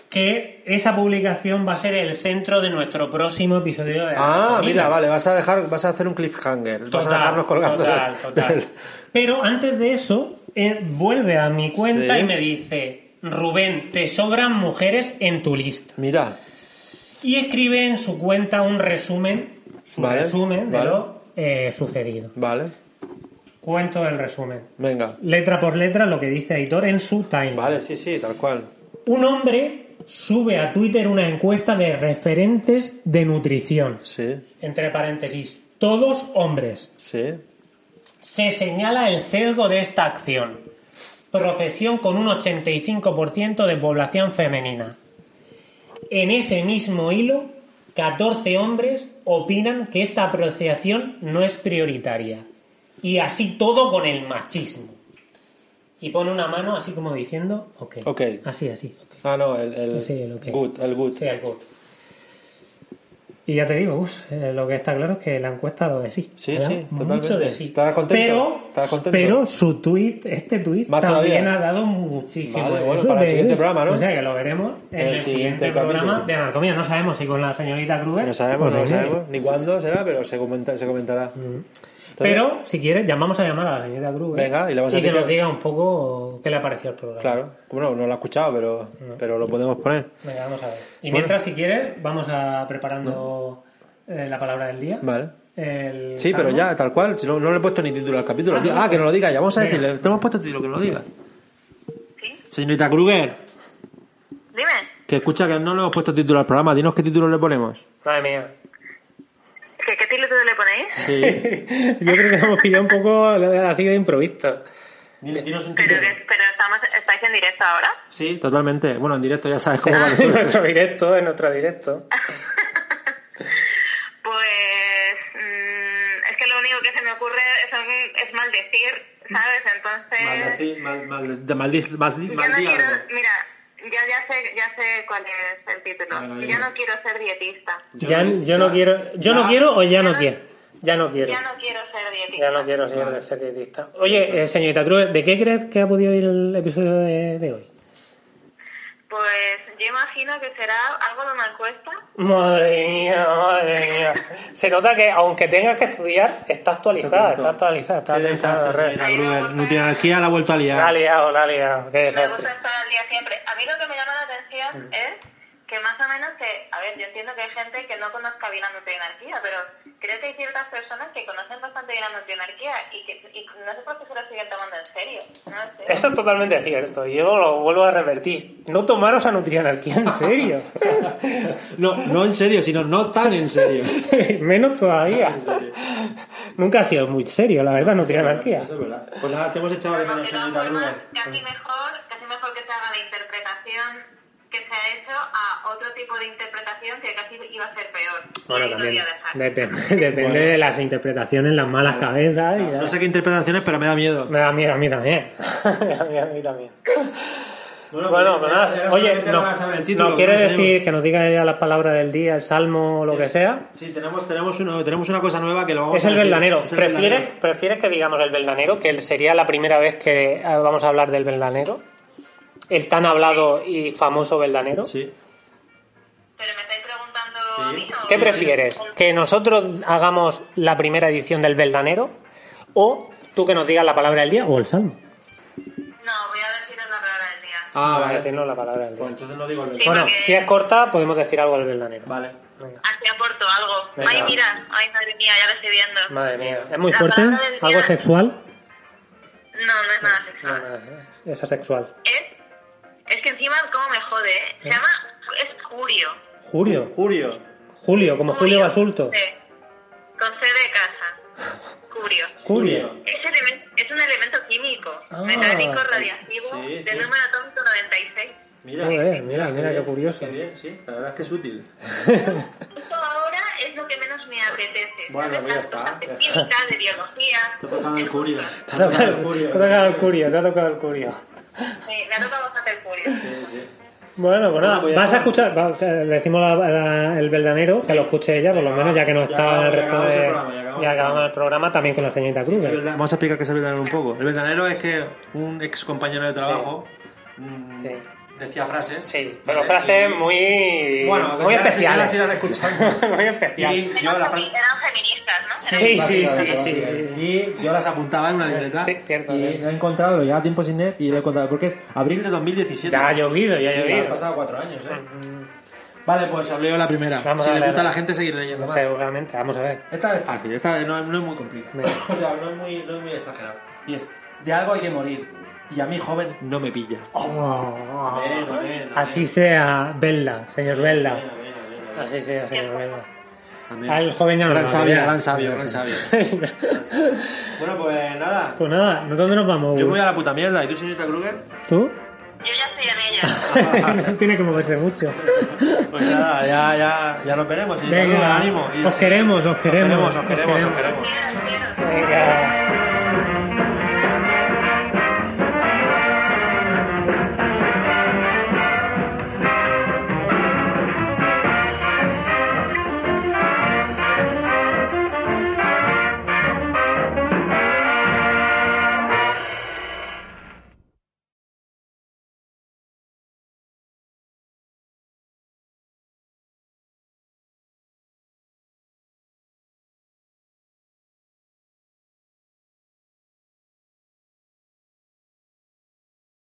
B: Que esa publicación va a ser el centro de nuestro próximo episodio de
A: Ah,
B: Anatomía.
A: mira, vale, vas a dejar, vas a hacer un cliffhanger. vas a
B: Eh, Total,
A: dejarnos colgando.
B: total,
A: del-
B: total.
A: del-
B: Pero antes de eso, eh, vuelve a mi cuenta
A: Sí.
B: y me dice, Rubén, te sobran mujeres en tu lista.
A: Mira,
B: Y escribe en su cuenta un resumen, su
A: Vale,
B: resumen de
A: vale.
B: lo eh, sucedido.
A: vale.
B: Cuento el resumen.
A: Venga.
B: Letra por letra lo que dice Aitor en su time.
A: Vale, sí, sí, tal cual.
B: Un hombre sube a Twitter una encuesta de referentes de nutrición.
A: Sí,
B: Entre paréntesis, todos hombres.
A: sí.
B: se señala el sesgo de esta acción. Profesión con un 85% de población femenina. En ese mismo hilo, 14 hombres opinan que esta apreciación no es prioritaria. Y así todo con el machismo. Y pone una mano así como diciendo, ok.
A: Ok.
B: Así, así. ok.
A: Ah, no, el, el,
B: Sí, el ok.
A: good, el good.
B: Sí, al good. Y ya te digo, us, eh, lo que está claro es que la encuesta ha dado de sí.
A: Sí,
B: Ha dado
A: sí,
B: Mucho
A: totalmente.
B: de sí.
A: ¿Estarás contento?
B: Pero,
A: ¿Estarás contento?
B: pero su tweet, este tweet,
A: Más
B: también
A: todavía.
B: ha dado muchísimo.
A: Vale,
B: de
A: bueno,
B: eso,
A: para el
B: de-
A: siguiente programa, ¿no?
B: O sea, que lo veremos en
A: En
B: el,
A: el
B: siguiente,
A: siguiente
B: programa
A: capítulo.
B: de Anatomía. No sabemos si con la señorita pues Kruger.
A: No sabemos,
B: o
A: no
B: sin ella.
A: sabemos ni cuándo será, pero se, comenta- se comentará.
B: Pero, si quieres, llamamos a llamar a la señorita Kruger.
A: Venga, y le vamos a
B: que
A: decir
B: nos
A: que-
B: diga un poco qué le ha parecido el programa.
A: Claro, bueno, no lo ha escuchado, pero, pero lo podemos poner.
B: Venga, vamos a ver. Y mientras, si quieres, vamos a preparando eh, la palabra del día.
A: Vale.
B: El
A: Sí, pero
B: salmo.
A: ya, tal cual. Si no, no le he puesto ni título al capítulo.
B: Ah,
A: tío.
B: no.
A: Ah, que no lo diga ya. Vamos a
B: Venga.
A: decirle. Te hemos puesto título, que no lo diga. Señorita Kruger,
F: Dime,
A: que escucha que no le hemos puesto título al programa. Dinos qué título le ponemos.
B: Madre mía.
F: ¿qué, qué título le
A: Sí.
F: ponéis?
B: Yo creo que hemos pillado un poco así de improviso.
A: dinos un
F: Pero, que- pero estamos, estáis en directo ahora.
A: Sí, totalmente. Bueno, en directo ya sabes cómo
F: Ah,
A: va.
B: en nuestro directo, en nuestro directo.
F: Pues mm, es que lo único que se me ocurre son- es, maldecir, ¿sabes? Entonces... ya no quiero, mira, ya, ya, sé, ya sé cuál es el título.
A: Venga,
F: ya
A: dime.
F: no quiero ser dietista.
B: Ya, yo no quiero. Yo no quiero o ya no quiero. Ya no quiero.
F: Ya no quiero ser dietista.
B: Ya no quiero ser, ser dietista. Oye, eh, señorita Cruz, ¿de qué crees que ha podido ir el episodio de, de hoy?
F: Pues yo imagino que será algo de una encuesta.
B: Madre mía, madre mía. Se nota que aunque tengas que estudiar, está actualizada, está actualizada, está
A: Qué
B: actualizada.
A: desastre,
B: re.
A: señora Gruber. Nutrianarquía la ha vuelto a
B: La ha
A: liar.
B: liado, la ha liado. Qué
F: Me gusta
B: desastre.
F: estar al día siempre. A mí lo que me llama la atención
B: Mm.
F: es que más o menos que, a ver, yo entiendo que hay gente que no conozca bien la nutrienarquía, pero creo que hay ciertas personas que conocen bastante bien la nutrienarquía y que y no sé por qué se lo siguen tomando en serio. No lo sé.
B: Eso es totalmente cierto. y Yo lo vuelvo a revertir. No tomaros a Nutrianarquía en serio.
A: No, no en serio, sino no tan en serio.
B: Menos todavía. Nunca ha sido muy serio, la verdad, Nutrianarquía.
A: Eso es verdad. Pues nada, te hemos echado de
F: Pero de
A: menos,
F: todas
A: señorita
F: formas,
A: Gruber.
F: casi mejor, casi mejor que se haga la interpretación que se ha hecho a otro tipo de interpretación que casi iba a ser peor.
B: Bueno,
F: Ahí lo
B: también
F: voy a dejar.
B: depende, depende de las interpretaciones, las malas cabezas. y
A: No
B: las-
A: sé qué interpretaciones, pero me da miedo.
B: Me da miedo a mí también. Me da miedo a mí también. Bueno, pues
A: era-
B: nada.
A: era
B: Oye,
A: solamente para saber el
B: ¿nos
A: título,
B: ¿no
A: que
B: quiere
A: no sabemos.
B: decir que nos diga ella las palabras del día, el salmo o lo que sea?
A: Sí, tenemos, tenemos, uno, tenemos una cosa nueva que lo vamos
B: Es
A: a
B: el
A: decir.
B: verdanero.
A: Es el
B: ¿Prefieres,
A: verdanero.
B: ¿Prefieres que digamos el verdanero? Que sería la primera vez que eh, vamos a hablar del verdanero. El tan hablado y famoso verdanero.
A: Sí.
F: Pero me estáis preguntando a mí, ¿o?
B: ¿Qué prefieres? ¿Que nosotros hagamos la primera edición del verdanero? ¿O tú que nos digas la palabra del día o el salmo?
F: No, voy a deciros la palabra del día.
A: Ah,
B: Vamos a
A: vale.
B: decirnos la palabra del día.
A: Pues entonces no digo el
F: Sí,
A: verdanero.
B: Bueno,
F: porque-
B: si es corta, podemos decir algo del verdanero.
A: Vale.
B: Venga.
F: Así aporto algo.
B: Venga.
F: Ay, mira, ay, madre mía, ya lo estoy viendo.
B: Madre mía. ¿Es muy
F: La
B: fuerte?
F: palabra del día-
B: ¿Algo sexual?
F: No, no es nada
B: No,
F: sexual.
B: nada, es asexual.
F: Es, es que encima, cómo me jode, ¿eh? Se
B: ¿Eh?
F: llama, es Curio.
B: Julio.
A: Julio.
B: Julio, como Julio Basulto.
F: Sí. Con C de casa. Curio.
B: Julio.
F: Es, elemen- es un elemento químico,
B: Ah,
F: metálico radiactivo,
A: sí, sí.
F: del número atómico 96.
A: Mira,
B: Joder, mira, mira, qué
A: bien,
B: curioso.
A: Qué bien, sí. La verdad es que es útil.
F: Esto ahora es lo que menos me apetece.
A: Bueno,
F: ¿sabes?
A: pues ya
F: Tanto
A: está.
F: clases químicas, de biología.
A: Te ha tocado el
F: es
A: curio.
F: justo.
A: Te ha
B: Te ha
A: tocado el
B: tocado- te
A: curio.
B: ha tocado el curio, te ha tocado el curio.
F: Sí, me ha tocado bastante el curio.
A: Sí, sí.
B: Bueno, pues
A: Bueno,
B: nada,
A: pues ya
B: vas a
A: está.
B: escuchar, va, eh, le decimos la- la- el verdanero, que lo escuche ella, por lo
A: Venga,
B: menos, ya que no
A: ya
B: está
A: acabamos-
B: el
A: ya
B: resto
A: acabamos el
B: de...
A: programa, ya acabamos
B: ya
A: el
B: acabamos
A: programa.
B: el programa también con la señorita
A: El
B: Kruger.
A: verda- Vamos a explicar qué es el verdanero un poco. El verdanero es que un ex compañero de trabajo mm,
B: Sí.
A: decía frases.
B: Sí, pero
A: ¿vale?
B: frases
A: Y-
B: muy...
A: Bueno, ya
B: muy
A: las- ya
B: especiales.
A: las irán escuchando.
B: muy especiales.
A: Y yo
F: Eran
A: las
F: femi-
A: frases.
F: Eran feministas, ¿no?
B: Sí, sí,
A: básicamente,
B: sí, sí,
A: básicamente. Y yo las apuntaba en una libreta.
B: Sí, cierto,
A: Y
B: sí.
A: lo he encontrado, lo llevaba tiempo sin net y lo he encontrado. Porque es abril de 2017.
B: Ya ha llovido, ya ha
A: Sí,
B: llovido. Mm,
A: han pasado cuatro años, ¿eh? Vale, pues os leo la primera.
B: Vamos
A: si
B: a
A: le
B: leer.
A: gusta a la gente, seguir leyendo más.
B: Seguramente, vamos a ver.
A: Esta es fácil, esta es- no, no es muy complicada.
B: Venga.
A: o sea, no es muy, no es muy exagerado. Y es, de algo hay que morir. Y a mí, joven, no me pilla. Amén, amén,
B: Así sea, Belda, señor Belda.
A: amén, amén, amén, amén.
B: Así sea, señor Belda.
A: Amén.
B: Al joven ya no
A: Gran
B: lo
A: sabio,
B: ya.
A: gran sabio, gran sabio. Bueno, pues nada.
B: Pues nada, ¿no dónde nos vamos?
A: Yo me voy a la puta mierda. ¿Y tú, señorita Kruger?
B: ¿Tú?
F: Yo ya estoy en ella.
B: no tiene que moverse mucho.
A: Pues nada, ya, ya, ya nos veremos. señorita Kruger, ánimo. Y-
B: os queremos, os
A: os
B: queremos.
A: queremos, os queremos, os queremos.
F: Quiero, quiero.
B: Venga.